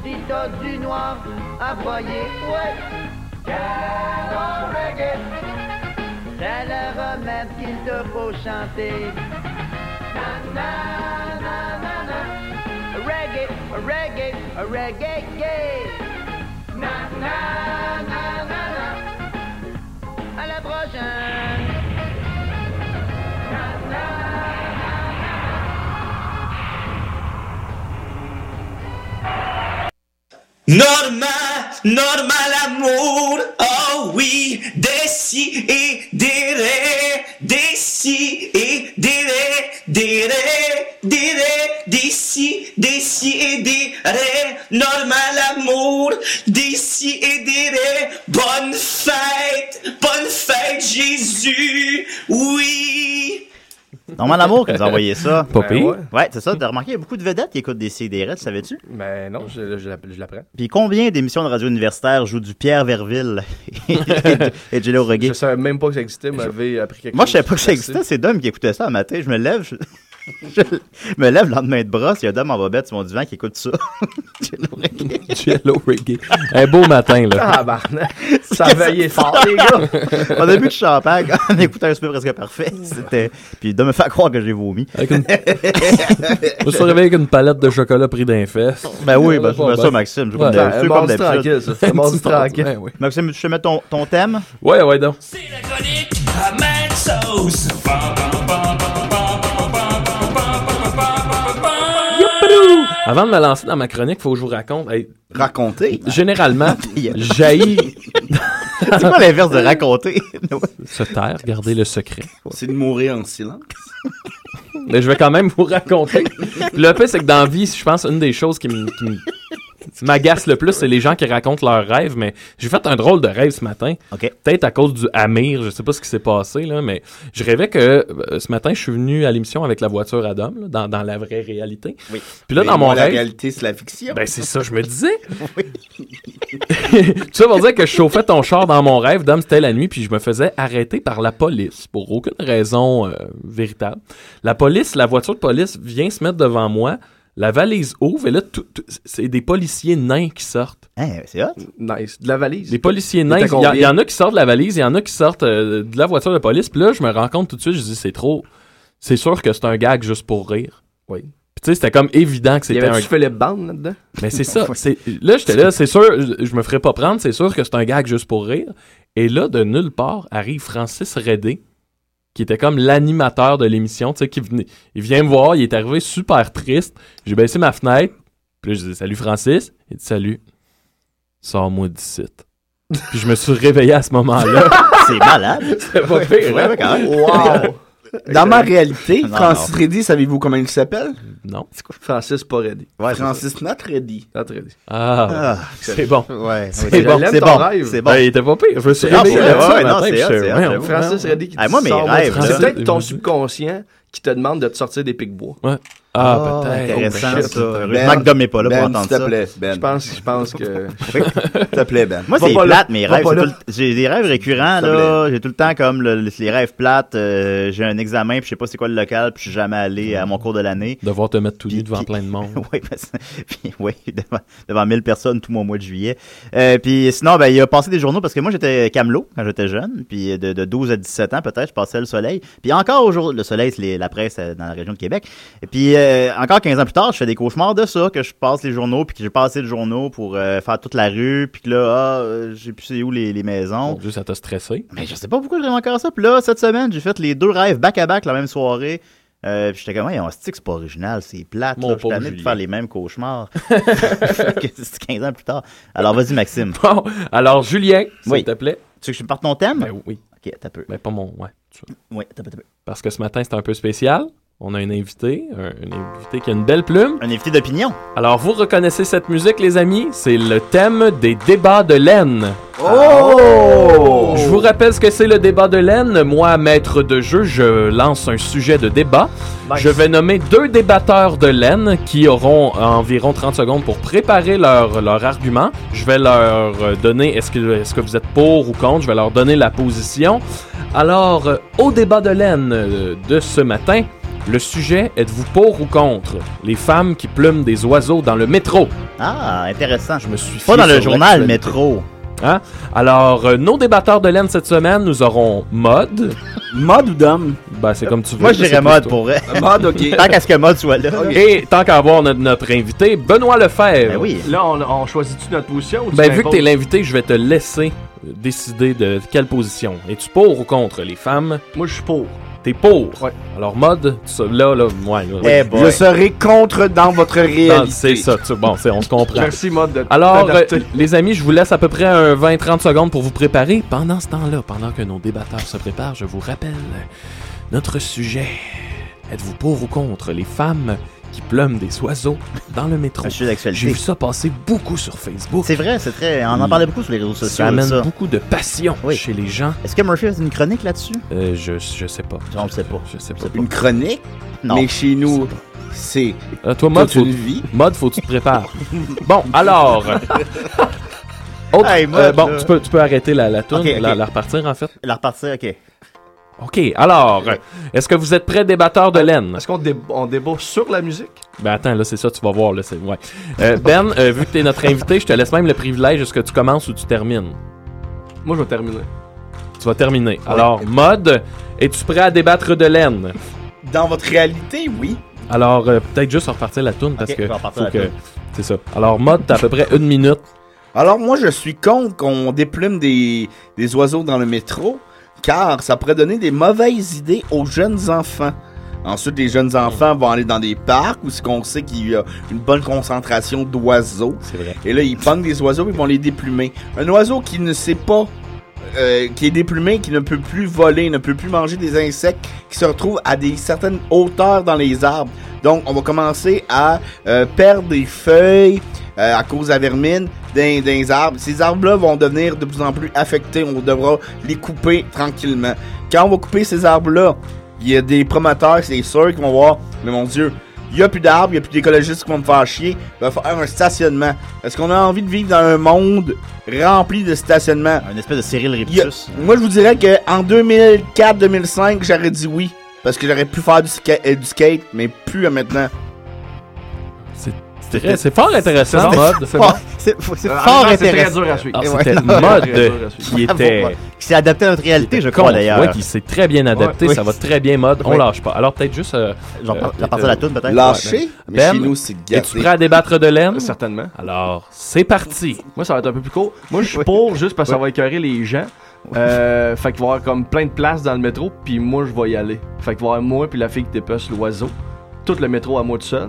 Si t'as du noir à broyer, ouais. C'est le remède qu'il te faut chanter. Na, na, na, na, na. Reggae, reggae, reggae, gay. Na, na, na, na, na. À la prochaine.
Normal, normal amour, oh oui, déci et déré, déci et déré, déré, déré, déci, déci et déré, normal amour, déci et déré, bonne fête, bonne fête Jésus, oui.
Normal Amour qui nous a envoyé ça.
Pas
Ben
pire.
ouais.
Ouais, c'est ça. T'as remarqué, il y a beaucoup de vedettes qui écoutent des CDR, savais-tu?
Mais Ben, non, je, je l'app- je l'apprends.
Puis combien d'émissions de radio universitaire jouent du Pierre Verville et- et Jello Reggae?
Je savais même pas que ça existait, vous m'avez appris quelque
Moi, je
chose.
savais pas que ça
Merci.
existait. C'est Dom qui écoutait ça à matin. Je me lève. je- Je me lève le lendemain de brosse, il y a Dom en bobette sur mon divan qui écoute ça.
Jello reggae. Un beau matin, là.
Ah, bah, ça veillait fort, les gars.
Mon début de champagne, on écoutait un super presque parfait. C'était... Puis Dom me fait croire que j'ai vomi.
Avec une... Je me suis réveillé avec une palette de chocolat pris d'un fesse.
Ben oui, ben, ben ça, Maxime. Je
Ouais.
comme d'hab- je
Un
suis comme
mardi
d'habitude.
ben, tranquille, ça. Un mardi tranquille.
Ouais, ouais.
Maxime, je te mets ton, ton thème.
Ouais, ouais, donc.
C'est la chronique à Mad Sauce.
Avant de me lancer dans ma chronique, faut que je vous raconte. Hey,
Raconter.
généralement, jaillit
C'est quoi l'inverse de raconter?
se taire, garder le secret.
C'est de mourir en silence.
Mais je vais quand même vous raconter. Puis le pire, c'est que dans la vie, je pense, une des choses qui me- qui me- m'agace le plus, c'est les gens qui racontent leurs rêves. Mais j'ai fait un drôle de rêve ce matin.
OK.
Peut-être à cause du Amir, je sais pas ce qui s'est passé, là, mais je rêvais que euh, ce matin, je suis venu à l'émission avec la voiture à Dom, là, dans, dans la vraie réalité.
Oui.
Puis là,
Mais
dans mon
moi, La
rêve.
réalité, c'est la fiction.
Ben, c'est ça, je me disais. Tout ça pour dire que je chauffais ton char dans mon rêve, dame, c'était la nuit, puis je me faisais arrêter par la police pour aucune raison euh, véritable. La police, la voiture de police vient se mettre devant moi, la valise ouvre, et là, tout- tout- c'est des policiers nains qui sortent.
Hein, c'est hot.
Nice. De la valise.
Des policiers nains,
t'as
il y a- il y,
combien?
en a qui sortent de la valise, il y en a qui sortent euh, de la voiture de police, puis là, je me rends compte tout de suite, je dis, c'est trop. C'est sûr que c'est un gag juste pour rire.
Oui.
Puis tu sais, c'était comme évident que
Il y
c'était un
avait-tu Philippe Bande là-dedans?
mais c'est ça. c'est- Là, j'étais là, c'est sûr, je- je me ferais pas prendre, c'est sûr que c'est un gag juste pour rire. Et là, de nulle part, arrive Francis Redé, qui était comme l'animateur de l'émission, tu sais, qui venait. Il vient me voir, il est arrivé super triste. J'ai baissé ma fenêtre, puis là, je dis Salut Francis. Il dit Salut, sors-moi d'ici. Puis je me suis réveillé à ce moment-là.
C'est malade.
C'était pas pire, hein?
Ouais, quand même.
Wow! Dans ma réalité,
Non,
Francis Reddy, savez-vous comment il s'appelle?
Non.
Francis Poredi.
Ouais, c'est
Francis Not Reddy.
Pas Reddy.
Ah,
Ah,
c'est bon.
ouais.
C'est
ouais,
bon,
Je l'aime,
C'est
ton
bon.
rêve.
C'est bon.
Ben, il était pas pire. Je me suis
Ah,
réveillé
ouais,
là-dessus
ouais,
ce
non,
matin,
c'est
puis
hot,
je-
c'est hot,
voyons,
c'est hot.
Francis Reddy qui te
Ah,
dit
moi, mes
sors-moi
rêves,
d'ici.
là.
C'est peut-être ton subconscient qui te demande de te sortir des pics bois.
Ah, peut-être.
Intéressant,
Oh, shit.
ça. Heureusement que Dom est pas là
ben,
pour entendre
s'il te
ça.
plaît, Ben.
Je pense, je pense que.
S'il te plaît, Ben.
Moi,
Va
c'est
pas là.
plate, mes
Va
rêves.
pas
c'est
là.
tout le- J'ai des rêves récurrents,
Ça
là. J'ai tout le temps comme le- le- les rêves plates. euh, j'ai un examen, puis je sais pas c'est quoi le local, puis je suis jamais allé à mon cours de l'année.
Devoir te mettre tout nu
Puis-
devant
puis-
plein de monde.
Oui, parce... puis, oui devant, devant 1000 personnes tout mon mois de juillet. Euh, puis sinon, ben, il a passé des journaux parce que moi, j'étais camelot quand j'étais jeune. Puis de, de 12 à 17 ans, peut-être, je passais le soleil. Puis encore aujourd'hui, le soleil, c'est les- la presse euh, dans la région de Québec. Et puis euh, encore 15 ans plus tard, je fais des cauchemars de ça, que je passe les journaux, puis que j'ai passé le journaux pour euh, faire toute la rue, puis que là, ah, euh, j'ai plus c'est où les, les maisons.
Mon Dieu, ça t'a stressé.
Mais je sais pas pourquoi je rêve encore ça. Puis là, cette semaine, j'ai fait les deux rêves back-à-back la même soirée. Euh, puis j'étais comme, ouais, on se dit que c'est pas original, c'est plate.
Mon
là. Je suis
pauvre
tanné de
Julien.
faire les mêmes cauchemars. Que c'est 15 ans plus tard. Alors, vas-y, Maxime.
Bon, alors Julien, s'il
Oui.
te plaît.
Tu veux que je parte ton thème?
Ben oui,
Ok, t'as peu.
ben pas mon. Ouais. tu-
Oui, t'as peu, t'as peu.
Parce que ce matin, c'est un peu spécial. On a un invité, un, un invité qui a une belle plume.
Un invité d'opinion.
Alors, vous reconnaissez cette musique, les amis? C'est le thème des débats de laine.
Oh!
Je vous rappelle ce que c'est le débat de laine. Moi, maître de jeu, je lance un sujet de débat.
Nice.
Je vais nommer deux débatteurs de laine qui auront environ 30 secondes pour préparer leur, leur argument. Je vais leur euh, donner, est-ce que, est-ce que vous êtes pour ou contre, je vais leur donner la position. Alors, euh, au débat de laine euh, de ce matin, le sujet, êtes-vous pour ou contre les femmes qui plument des oiseaux dans le métro?
Ah, intéressant.
Je me suis
Pas
fié
dans le
sur
journal,
l'actualité.
métro.
Alors, euh, nos débatteurs de laine cette semaine, nous aurons mode.
Mode ou d'homme?
Ben, c'est comme tu veux.
Moi, je
c'est
dirais
plus
mode
toi.
pour vrai.
Mode, ok.
Tant qu'à ce que mode soit là.
Et tant qu'à avoir notre, notre invité, Benoît Lefebvre.
Ben oui.
Là, on, on choisit-tu notre position ou tu
Ben, vu que t'es
t'imposes?
l'invité, je vais te laisser euh, décider de quelle position. Es-tu pour ou contre les femmes?
Moi, je suis pour.
T'es pour.
Ouais.
Alors, mode, tu sais, là, là, ouais, là,
Eh
ouais.
Je
boy.
serai contre dans votre
Non,
réalité.
c'est ça, tu- bon, c'est, on se comprend.
Merci, mode de
Alors,
t'adapter.
euh, les amis, je vous laisse à peu près un 20-30 secondes pour vous préparer. Pendant ce temps-là, pendant que nos débatteurs se préparent, je vous rappelle notre sujet. Êtes-vous pour ou contre les femmes qui plument des oiseaux dans le métro?
Un sujet
J'ai vu
d'actualité.
ça passer beaucoup sur Facebook.
C'est vrai, c'est très. On en parlait beaucoup sur les réseaux sociaux.
Ça amène
ça.
beaucoup de passion
Oui.
chez les gens.
Est-ce que Murphy a une chronique là-dessus?
Euh, je, je sais pas.
On le sait pas.
Je sais pas.
Une chronique?
Non.
Mais chez nous, c'est
Euh, toi, Mod,
toute
faut,
une vie.
Mod, faut que tu te prépares. bon, alors. Autre-
Hey, Mod,
euh, bon,
là.
tu peux, tu peux arrêter la, la toune,
Ok, ok.
La, la repartir en fait.
La repartir, ok.
OK, alors,
Euh,
est-ce que vous êtes prêts, débatteurs
Ah.
de laine?
Est-ce qu'on dé- on débat sur la musique?
Ben attends, là, c'est ça, tu vas voir, là, c'est... Ouais. Euh, ben, euh, vu que t'es notre invité, je te laisse même le privilège, est-ce que tu commences ou tu termines?
Moi, je vais terminer.
Tu vas terminer. Alors, mode, es-tu prêt à débattre de laine?
Dans votre réalité, oui.
Alors, euh, peut-être juste repartir la toune, parce
Ok,
que...
on va repartir
faut
la
que-
toune.
C'est ça. Alors, mode, t'as à peu près une minute.
Alors moi, je suis contre qu'on déplume des, des oiseaux dans le métro, car ça pourrait donner des mauvaises idées aux jeunes enfants. Ensuite, les jeunes enfants vont aller dans des parcs où ce qu'on sait qu'il y a une bonne concentration d'oiseaux.
C'est vrai.
Et là, ils pognent des oiseaux et ils vont les déplumer. Un oiseau qui ne sait pas, euh, qui est déplumé, qui ne peut plus voler, ne peut plus manger des insectes, qui se retrouve à des certaines hauteurs dans les arbres. Donc, on va commencer à euh, perdre des feuilles euh, à cause de la vermine d'un des arbres. Ces arbres-là vont devenir de plus en plus affectés. On devra les couper tranquillement. Quand on va couper ces arbres-là, il y a des promoteurs, c'est sûr, qui vont voir, mais mon Dieu, il n'y a plus d'arbres, il n'y a plus d'écologistes qui vont me faire chier. Il va faire un stationnement. Est-ce qu'on a envie de vivre dans un monde rempli de stationnements?
Un espèce de Cyril
Il y a-
Riptus.
Moi, je vous dirais que en 2004-2005, j'aurais dit oui. Parce que j'aurais pu faire du, ska- euh, du skate, mais plus à maintenant.
C'est, c'est fort intéressant, mode.
C'est
Ah, C'est c'est fort
Euh, très
intéressant.
dur à suivre.
Alors,
Et
c'était
ouais, non,
mode
très dur à suivre.
qui était...
Bravo. Qui s'est adapté à notre réalité, je crois,
Con,
d'ailleurs.
Ouais, qui s'est très bien adapté,
Ouais,
ça
oui.
va très bien, mode. On
Oui.
lâche pas. Alors, peut-être juste... euh,
Genre,
Euh,
par- la partie de la toune, peut-être. Ouais,
Lâcher? Mais
Ben,
chez nous, c'est
es-tu
gâté.
prêt à débattre de laine?
Certainement.
Alors, c'est parti.
Moi, ça va être un peu plus court. Moi, je suis pour juste parce que ça va écœurer les gens. Euh, fait qu'il va y avoir comme plein de places dans le métro, puis moi, je vais y aller. Fait qu'il va y avoir moi, puis la fille qui dépece l'oiseau. Tout le métro à moi tout seul.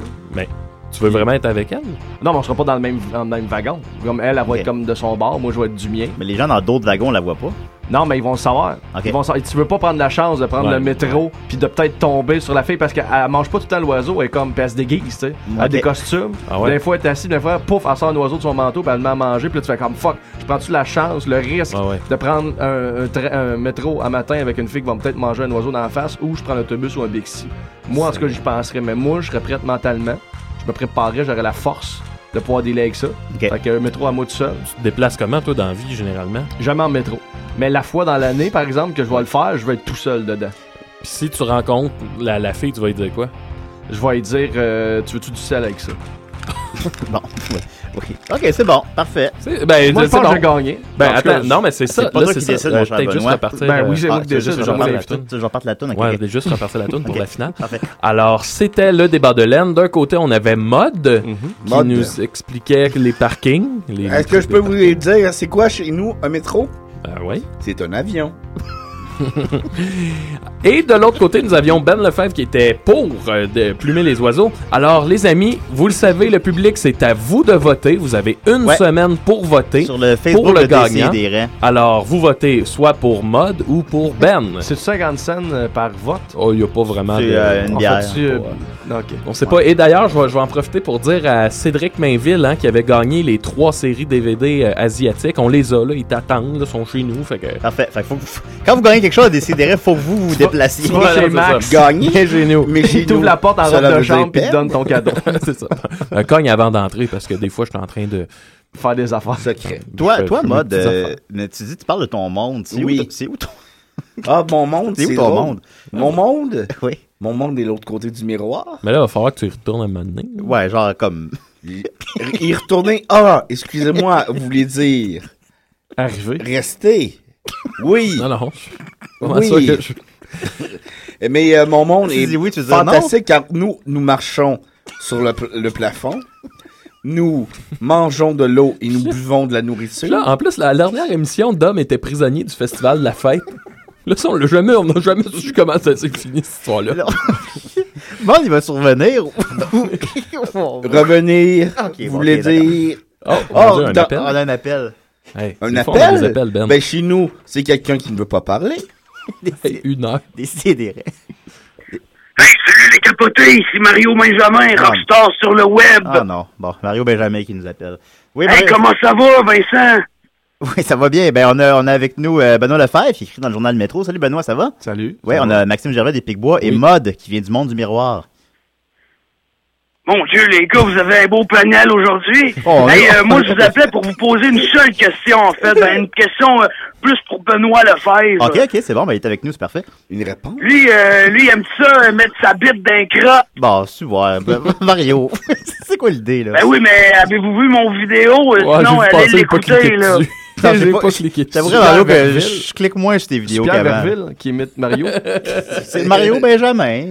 Tu veux vraiment être avec elle?
Non, mais on sera pas dans le même, dans le même wagon. Comme elle, elle va
Ok.
être comme de son bord, moi, je vais être du mien.
Mais les gens dans d'autres wagons, on la voit pas.
Non, mais ils vont le savoir.
Ok.
Ils vont le savoir. Et Tu veux pas prendre la chance de prendre
Ouais.
le métro puis de peut-être tomber sur la fille parce qu'elle elle mange pas tout le temps l'oiseau. Elle est comme, puis elle se déguise, tu sais. Elle a
Ok.
des costumes.
Ah ouais?
Des fois, elle est assise, des fois, pouf, elle sort un oiseau de son manteau puis elle le met à manger. Puis là, tu fais comme, fuck, je prends-tu la chance, le risque
Ah ouais.
de prendre un, un tra- un métro à matin avec une fille qui va peut-être manger un oiseau dans la face ou je prends l'autobus ou un Bixi. Moi, en tout cas, j'y penserais. Mais moi, je serais prête mentalement. Je me préparerais, j'aurais la force de pouvoir délai avec ça.
Ok.
Fait que euh, métro à moi tout seul
Tu te déplaces comment, toi, dans la vie, généralement?
jamais en métro. Mais la fois dans l'année, par exemple, que je vais le faire, je vais être tout seul dedans.
Puis si tu rencontres la, la fille, tu vas lui dire quoi?
Je vais lui dire, euh, tu veux-tu du sel avec ça?
Bon. ouais, oui. Ok, c'est bon. Parfait.
C'est- Ben,
Moi, je
c'est
pense
bon.
que j'ai gagné.
Ben,
En tout cas,
attends, non, mais c'est ça.
c'est pas
là,
toi
c'est
qui
ça.
décides,
Euh,
mon cher
peut-être juste
Benoît. Ah,
repartir.
Ben
euh,
oui, c'est moi qui
c'est
décide.
juste,
c'est
genre,
moi
la
qui
l'invite.
toune. C'est genre, part la toune. ok.
Ouais, juste repartir la toune pour
Ok.
la finale.
Parfait.
Alors, c'était le débat de laine. D'un côté, on avait Mode,
Mm-hmm.
qui
Mode.
nous expliquait les parkings. les-
Est-ce que je peux vous dire, c'est quoi chez nous un métro?
Ben oui.
C'est un avion.
Et de l'autre côté, nous avions Ben Lefebvre qui était pour euh, de plumer les oiseaux. Alors, les amis, vous le savez, le public, c'est à vous de voter. Vous avez une
Ouais.
semaine pour voter.
Sur le Facebook
Pour le
de
gagnant.
Décidérez.
Alors, vous votez soit pour Mode ou pour Ben.
C'est-tu 50 cents euh, par vote?
Oh, il n'y a pas vraiment
C'est,
de...
euh, une
en
bière.
fait, tu, euh,
Non, ok.
on sait pas. Et d'ailleurs, je vais, je vais en profiter pour dire à Cédric Mainville, hein, qui avait gagné les trois séries DVD euh, asiatiques, on les a là, ils t'attendent, là, ils sont chez nous, fait que...
Parfait. Fait que faut, faut- quand vous gagnez quelque chose à Décidérez, faut que vous vous déplaciez.
tu vas-
Chez
c'est ça.
Max,
Gagné,
chez nous.
Mais chez
Il t'ouvre
nous,
la porte en
cela
robe
veut
de
dire
chambre puis te
perdre.
donne ton cadeau.
c'est ça. Un cogne avant d'entrer, parce que des fois, je suis en train de...
Faire des affaires.
Secret.
Toi,
Je-
toi,
je-
mode,
petites
euh, mais tu dis, tu parles de ton monde. C'est
Oui.
où, ton- c'est où ton,
Ah, mon monde,
c'est
c'est
où ton
drôle.
monde?
Mon monde?
Oui.
Mon monde est l'autre côté du miroir.
Mais là, il va falloir que tu y retournes un moment donné.
Ouais, genre comme.
Y retourner. Ah, excusez-moi, vous voulez dire
Arrivé.
rester. Oui,
Non, non. Je... Comment
Oui.
ça que je-
mais euh, mon monde
Tu
est
dis oui, tu dis non.
fantastique car nous, nous marchons sur le, pl- le plafond. Nous mangeons de l'eau et nous buvons de la
Puis
nourriture.
Là, en plus, la dernière émission, Dom était prisonnier du festival de la fête. Là, ça, on l'a jamais, on n'a jamais su comment ça s'est fini, cette histoire-là.
Là, Mode, il va survenir.
Revenir,
Ok,
vous
bon,
voulez
ok, d'accord.
dire
Oh,
Oh,
mon Dieu, un
dans-
On
appel.
a un appel.
Hey,
un
des fois, on a des
appel?
appels, ben.
Ben, chez nous, c'est quelqu'un qui ne veut pas parler.
Hey, une heure.
Décidérez.
Hey, salut les capotés, ici Mario Benjamin,
Ah.
rockstar sur le web.
Ah non. Bon, Mario Benjamin qui nous appelle. Oui,
hey,
Mario-
comment Ah, ça va, Vincent?
Oui, ça va bien. Ben, on a, on a avec nous euh, Benoît Lefebvre qui écrit dans le journal Métro. Salut Benoît, ça va?
Salut.
Oui, on a Maxime Gervais des Picbois et Mode qui vient du monde du miroir.
Mon Dieu, les gars, vous avez un beau panel aujourd'hui.
Oh,
Hey,
oui.
euh, moi, je vous appelais pour vous poser une seule question, en fait. Ben, une question euh, plus pour Benoît Lefebvre.
Ok, ok, c'est bon, ben, il est avec nous, c'est parfait.
Une réponse?
Lui, euh, lui, il aime ça, euh, mettre sa bite d'un crat.
Bon, super. Ben, Mario, c'est quoi l'idée, là?
Ben oui, mais avez-vous vu mon vidéo? Euh,
Ouais,
Sinon,
j'ai
allez
pensé de pas
l'écouter,
cliquer
là.
dessus.
Non,
J'ai
j'ai
pas
pas-
cliqué dessus.
C'est vrai, Mario, que
Verville.
je clique moins sur tes vidéos
Pierre
qu'avant.
Verville qui imite Mario.
C'est Mario Benjamin.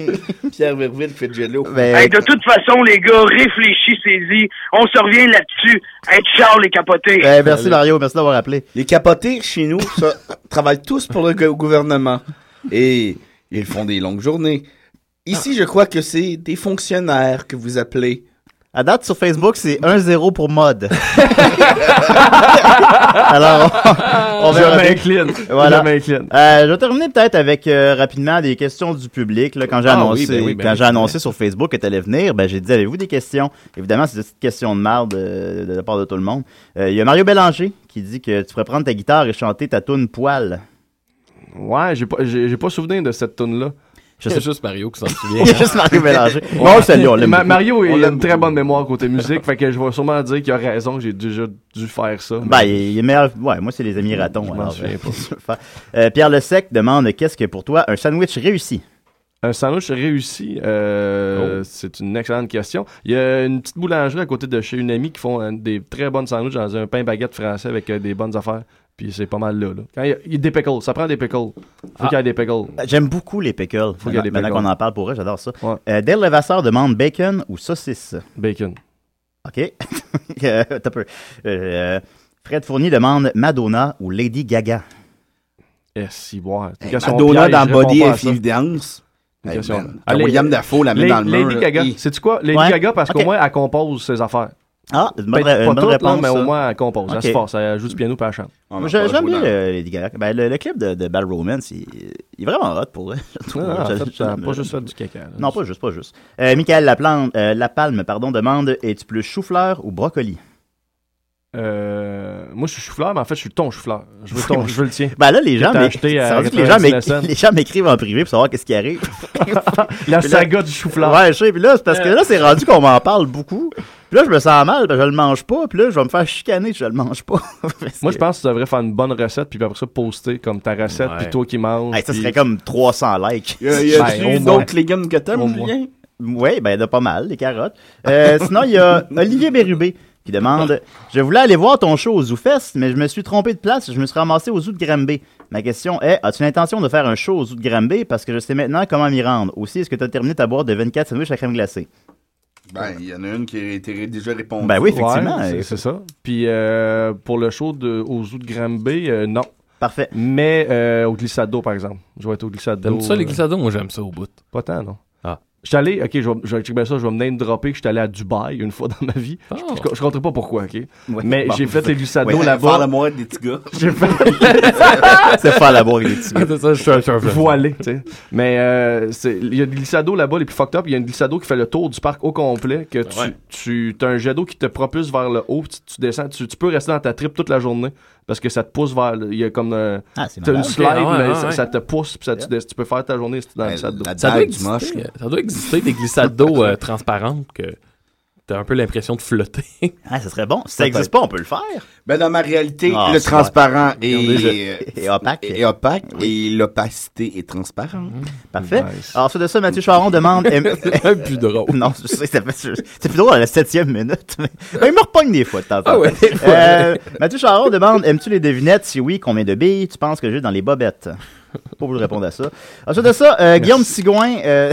Pierre Verville fait jello.
Ben,
Hey, de toute façon, les gars, réfléchissez-y. On se revient là-dessus. Hey, ciao, les capotés.
ben, merci, Mario, merci d'avoir appelé.
Les capotés, chez nous, ça, travaillent tous pour le go- gouvernement. Et ils font des longues journées. Ici,
Ah.
je crois que c'est des fonctionnaires que vous appelez.
À date, sur Facebook, c'est 1-0 pour mode. Alors, on, on
Je
verra bien.
m'incline.
Voilà.
Je m'incline.
Euh, je vais terminer peut-être avec euh, rapidement des questions du public. Là, quand j'ai
Ah
annoncé,
oui, ben oui, ben
quand
oui,
j'ai
ben
annoncé sur Facebook que tu allais venir, ben, j'ai dit avez-vous des questions Évidemment, c'est des petites questions de merde euh, de la part de tout le monde. Euh, Il y a Mario Bélanger qui dit que tu pourrais prendre ta guitare et chanter ta tune poil.
Ouais, j'ai pas, j'ai, j'ai pas souvenir de cette tune là
Je sais juste Mario qui s'en souvient.
Il y a juste Mario Bélanger. Bon, salut, on l'aime. beaucoup.
Mario il
On
a
l'aime
une très bonne mémoire côté musique, fait que je vais sûrement dire qu'il a raison que j'ai déjà dû faire ça.
Ben, il il est meilleur. Ouais, moi, c'est les amis ratons.
Je m'en
alors,
souviens
Euh, Pierre Le Sec demande qu'est-ce que pour toi un sandwich réussi
Un sandwich réussi,
Oh.
euh, c'est une excellente question. Il y a une petite boulangerie à côté de chez une amie qui font euh, des très bonnes sandwichs dans un pain baguette français avec euh, des bonnes affaires. Puis c'est pas mal là. là. Quand il, y a, il y a des pickles, ça prend des pickles. Faut
Ah.
qu'il y ait des pickles.
J'aime beaucoup les pickles.
qu'il y ait des
Maintenant
pickles.
qu'on en parle pour eux, j'adore ça.
Ouais.
Euh, Dale Levasseur demande bacon ou saucisse
Bacon.
OK. Euh, t'as peu. Euh, Fred Fournier demande Madonna ou Lady Gaga.
Eh, si, boire. C'est une question
Madonna
piège,
dans
je réponds
Body
pas à
et
ça.
Fidance.
Une
Hey,
question.
man,
Allez,
William Dafoe ben, la met
La-
dans le mur.
Lady
là.
Gaga.
Hi.
C'est-tu quoi? Lady
Ouais.
Gaga, parce
Ok.
qu'au moins, elle compose ses affaires.
Ah, une bonne,
Peut-être
ré- une
Ben, pas
bonne
toutes, là,
réponse.
mais
ça. Oh,
au moins, elle compose. Elle se
Ok.
force. Elle joue du piano puis elle chante.
On
Moi,
n'a
je-
pas
J'aime
joué
bien
dans-
euh, Lady Gaga. Ben, le, le clip de, de Bad Romance, il, il est vraiment hot pour vrai. Je trouve.
Ah, en
Je-
fait,
je-
ça a
je-
pas juste fait du caca. là.
Non, pas juste, pas juste. Euh, Michael Laplan- euh, Lapalme pardon, demande Es-tu plus chou-fleur ou brocoli
Euh, moi, je suis chou-fleur, mais en fait, je suis ton chou-fleur. Je veux, ton, je veux le tien.
Ben là, les gens,
t'as
m'é-
acheté à
c'est rendu que les gens
99
m'é-
cents.
les gens m'écrivent en privé pour savoir qu'est-ce qui arrive.
La
Puis là-
saga du chou-fleur.
Ouais, je sais. Puis là, c'est parce que là,
Euh.
c'est rendu qu'on m'en parle beaucoup. Puis là, je me sens mal, parce que je le mange pas. Puis là, je vais me faire chicaner si je le mange pas. Parce
Moi,
que-
je pense que tu devrais faire une bonne recette, puis après ça, poster comme ta recette,
Ouais.
puis toi qui manges.
Hey, ça
puis-
serait comme 300 likes.
Y a- Y a-tu
Ben, au moins.
d'autres légumes que
Au
t'aimes,
moins.
Julien?
Oui, ben, il y en a pas mal, les carottes. Euh, sinon, il y a Olivier Bérubé qui demande Je voulais aller voir ton show au ZooFest, mais je me suis trompé de place. Je me suis ramassé au Zoo de Granby. Ma question est As-tu l'intention de faire un show au Zoo de Granby Parce que je sais maintenant comment m'y rendre. Aussi, est-ce que tu as terminé ta boîte de 24 sandwichs à crème glacée
Ben, il y en a une qui a été ré- déjà répondue.
Ben oui, effectivement.
Ouais, c'est- c'est ça. Puis euh, pour le show de, au zoo de Granby, euh, non.
Parfait.
Mais euh, au glissade d'eau, par exemple. Je vais être au glissade d'eau.
T'aimes ça, les
euh,
glissados? Moi, j'aime ça au bout.
Pas tant, non.
Ah.
Je suis allé, ok, je vais, je vais checker bien ça, je vais me name dropper que je suis allé à Dubaï une fois dans ma vie.
Ah.
Je, je, je compterai pas pourquoi, ok.
Ouais.
Mais
Bon.
j'ai fait les glissades
Ouais,
d'eau
Parle à
là-bas.
moi des petits gars.
J'ai fait
Ah, C'est faire la boîte avec les petits gars.
c'est ça, je suis un surfeur.
voilé, tu sais. Mais euh, c'est- il y a des glissados là-bas les plus fucked up. Il y a une glissado qui fait le tour du parc au complet. Que tu,
Ouais.
tu as un jet d'eau qui te propulse vers le haut. Tu, tu descends. Tu, tu peux rester dans ta trip toute la journée parce que ça te pousse vers. le- Il y a comme. euh,
Ah, c'est
T'as une
malade.
slide,
ouais,
mais
ouais,
ça,
ouais.
ça te pousse, puis ça, tu, tu peux faire ta journée dans
Ben,
la glissade d'eau.
Ben, La
Ça doit,
dalle du moche.
exister, euh, ça doit exister des glissades d'eau euh, transparentes que t'as un peu l'impression de flotter.
Ah, ça serait bon. Si ça n'existe pas, on peut le faire.
Ben, dans ma réalité,
Ah,
le
c'est vrai.
transparent est,
déjà-
euh,
est opaque.
est opaque et l'opacité est transparente.
Mm.
Ben,
Parfait.
Nice.
Alors, ensuite de ça, Mathieu Charon demande. aim-
un plus drôle.
Oh, Non, je sais, ça fait- c'est plus drôle à la septième minute. mais- Ben, il me repogne des fois de temps en temps.
Ah ouais, des fois.
Euh, Mathieu Charon demande Aimes-tu les devinettes Si oui, combien de billes tu penses que j'ai dans les bobettes Pas vous répondre à ça. Ensuite de ça, euh, Guillaume Sigouin. euh,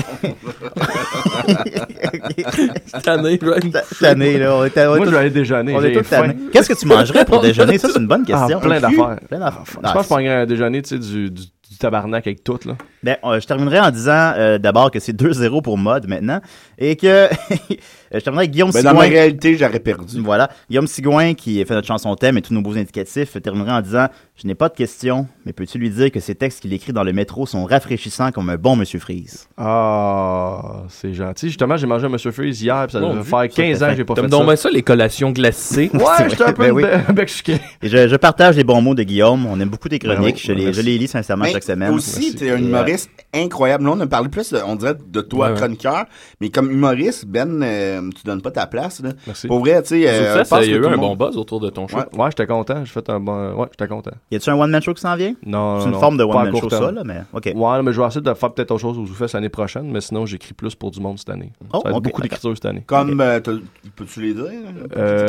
Tanné, je vais être-
tanné, là. On est, on est
Moi,
tous-
je vais aller déjeuner.
on est
j'ai
tous tannés.
faim.
Qu'est-ce que tu mangerais pour déjeuner Ça, c'est une bonne question.
Ah, plein
Un
d'affaires.
Plein d'affaires.
Je pense que je prendrais un déjeuner, tu sais, du, du, du tabarnak avec tout, là.
Ben, euh, je terminerai en disant euh, d'abord que c'est 2-0 pour mode maintenant et que je terminerai avec Guillaume
Ben, dans ma
Sigouin.
réalité, j'aurais perdu.
Voilà. Guillaume Sigouin, qui a fait notre chanson thème et tous nos beaux indicatifs, terminerait en disant Je n'ai pas de questions, mais peux-tu lui dire que ces textes qu'il écrit dans le métro sont rafraîchissants comme un bon Monsieur Freeze?
Ah, c'est gentil. Justement, j'ai mangé un Monsieur Freeze hier, puis ça
Mon
doit
Dieu,
faire 15 ans que j'ai pas fait
T'aimes
ça.
donc bien ça, les collations glacées.
Ouais, j'étais un peu
Ben oui.
be- bec sucré.
Et je, je partage les bons mots de Guillaume. On aime beaucoup tes
Ben
chroniques. je, les,
merci.
je les lis sincèrement
Mais
chaque semaine.
Aussi, t'es un
Et,
humoriste incroyable. Là, on a parlé plus, de- on dirait, de toi,
Euh, Ouais, ouais.
chroniqueur. Mais comme humoriste, Ben, euh, tu donnes pas ta place. Là.
Merci.
Pour vrai, tu sais.
Sur
euh,
ça,
je
ça,
pense
il y
que
a eu
tout le
un bon
monde-
buzz autour de ton show.
Ouais.
Ouais, j'étais content. J'ai fait un bon. Ouais, j'étais content.
Y a-tu un one-man show qui s'en vient? C'est
Non, Euh, non,
une
non,
forme de
pas à
one-man
court
show,
terme.
ça, là, mais. OK.
Ouais, mais je vais essayer de faire peut-être autre chose aux Zoufest l'année prochaine, mais sinon, j'écris plus pour du monde cette année.
Oh,
ça va être
ok,
beaucoup
d'accord.
d'écriture cette année.
Comme, euh, t'as- peux-tu les dire?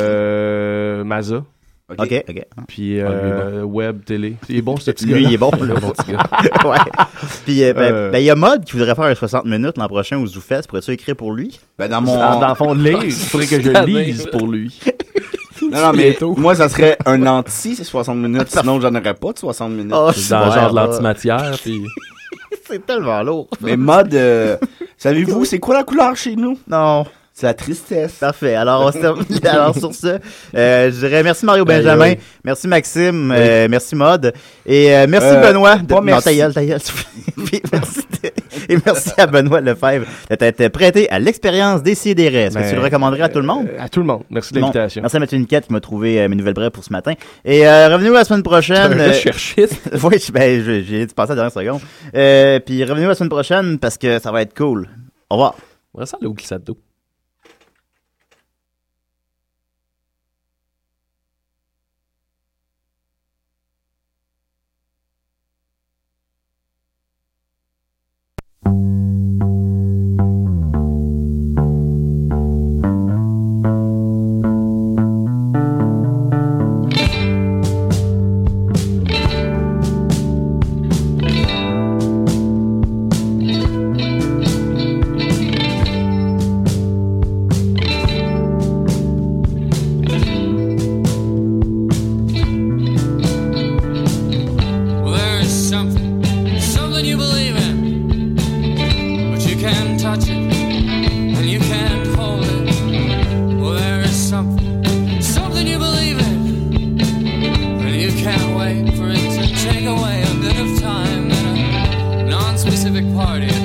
Euh, Maza,
Ok.
OK, OK.
puis
Ah, lui,
euh, web, télé. Il est bon, ce petit gars.
Lui, il est bon. là. ouais. Puis, euh, ben,
Euh.
ben, y a Mod qui voudrait faire un 60 minutes l'an prochain au Zoufest. Pourrais-tu écrire pour lui?
Ben, dans mon.
Ah, dans le fond, lire, il faudrait que je
Cette
lise
année,
pour lui.
Non, non, mais moi, ça serait un anti, c'est 60 minutes. sinon, j'en aurais pas de 60 minutes.
C'est dans le genre de l'antimatière. puis-
Oh, C'est tellement lourd.
Mais mode, euh, savez-vous, c'est quoi la couleur chez nous?
Non.
C'est la tristesse.
Parfait. Alors, on se termine- Alors sur ce, euh, je dirais merci Mario
Ben,
Benjamin,
aïe.
merci Maxime, euh, merci Mode, et euh, merci
Euh,
Benoît. De...
pas
Non,
merci.
ta gueule, ta gueule, s'il vous plaît. Puis merci de- Et merci à Benoît Lefebvre de t'être prêté à l'expérience des sidérés. Est-ce que
Ben,
tu le recommanderais à tout le monde?
Euh, À tout le monde. Merci de
Non.
l'invitation.
Merci à Mathieu Niquette qui m'a trouvé euh, mes nouvelles brèves pour ce matin. Et euh, revenez-nous la semaine prochaine.
Un
Euh,
recherchiste.
oui, je- ben, je- j'ai dit passer à la dernière seconde. Euh, puis revenez-nous la semaine prochaine parce que ça va être cool. Au revoir.
On ressent le glissade d'eau.
Well, there is something, something you believe in, but you can't touch it and you can't hold it. Well, there is something, something you believe in, and you can't wait for it to take away a bit of time at a non-specific party.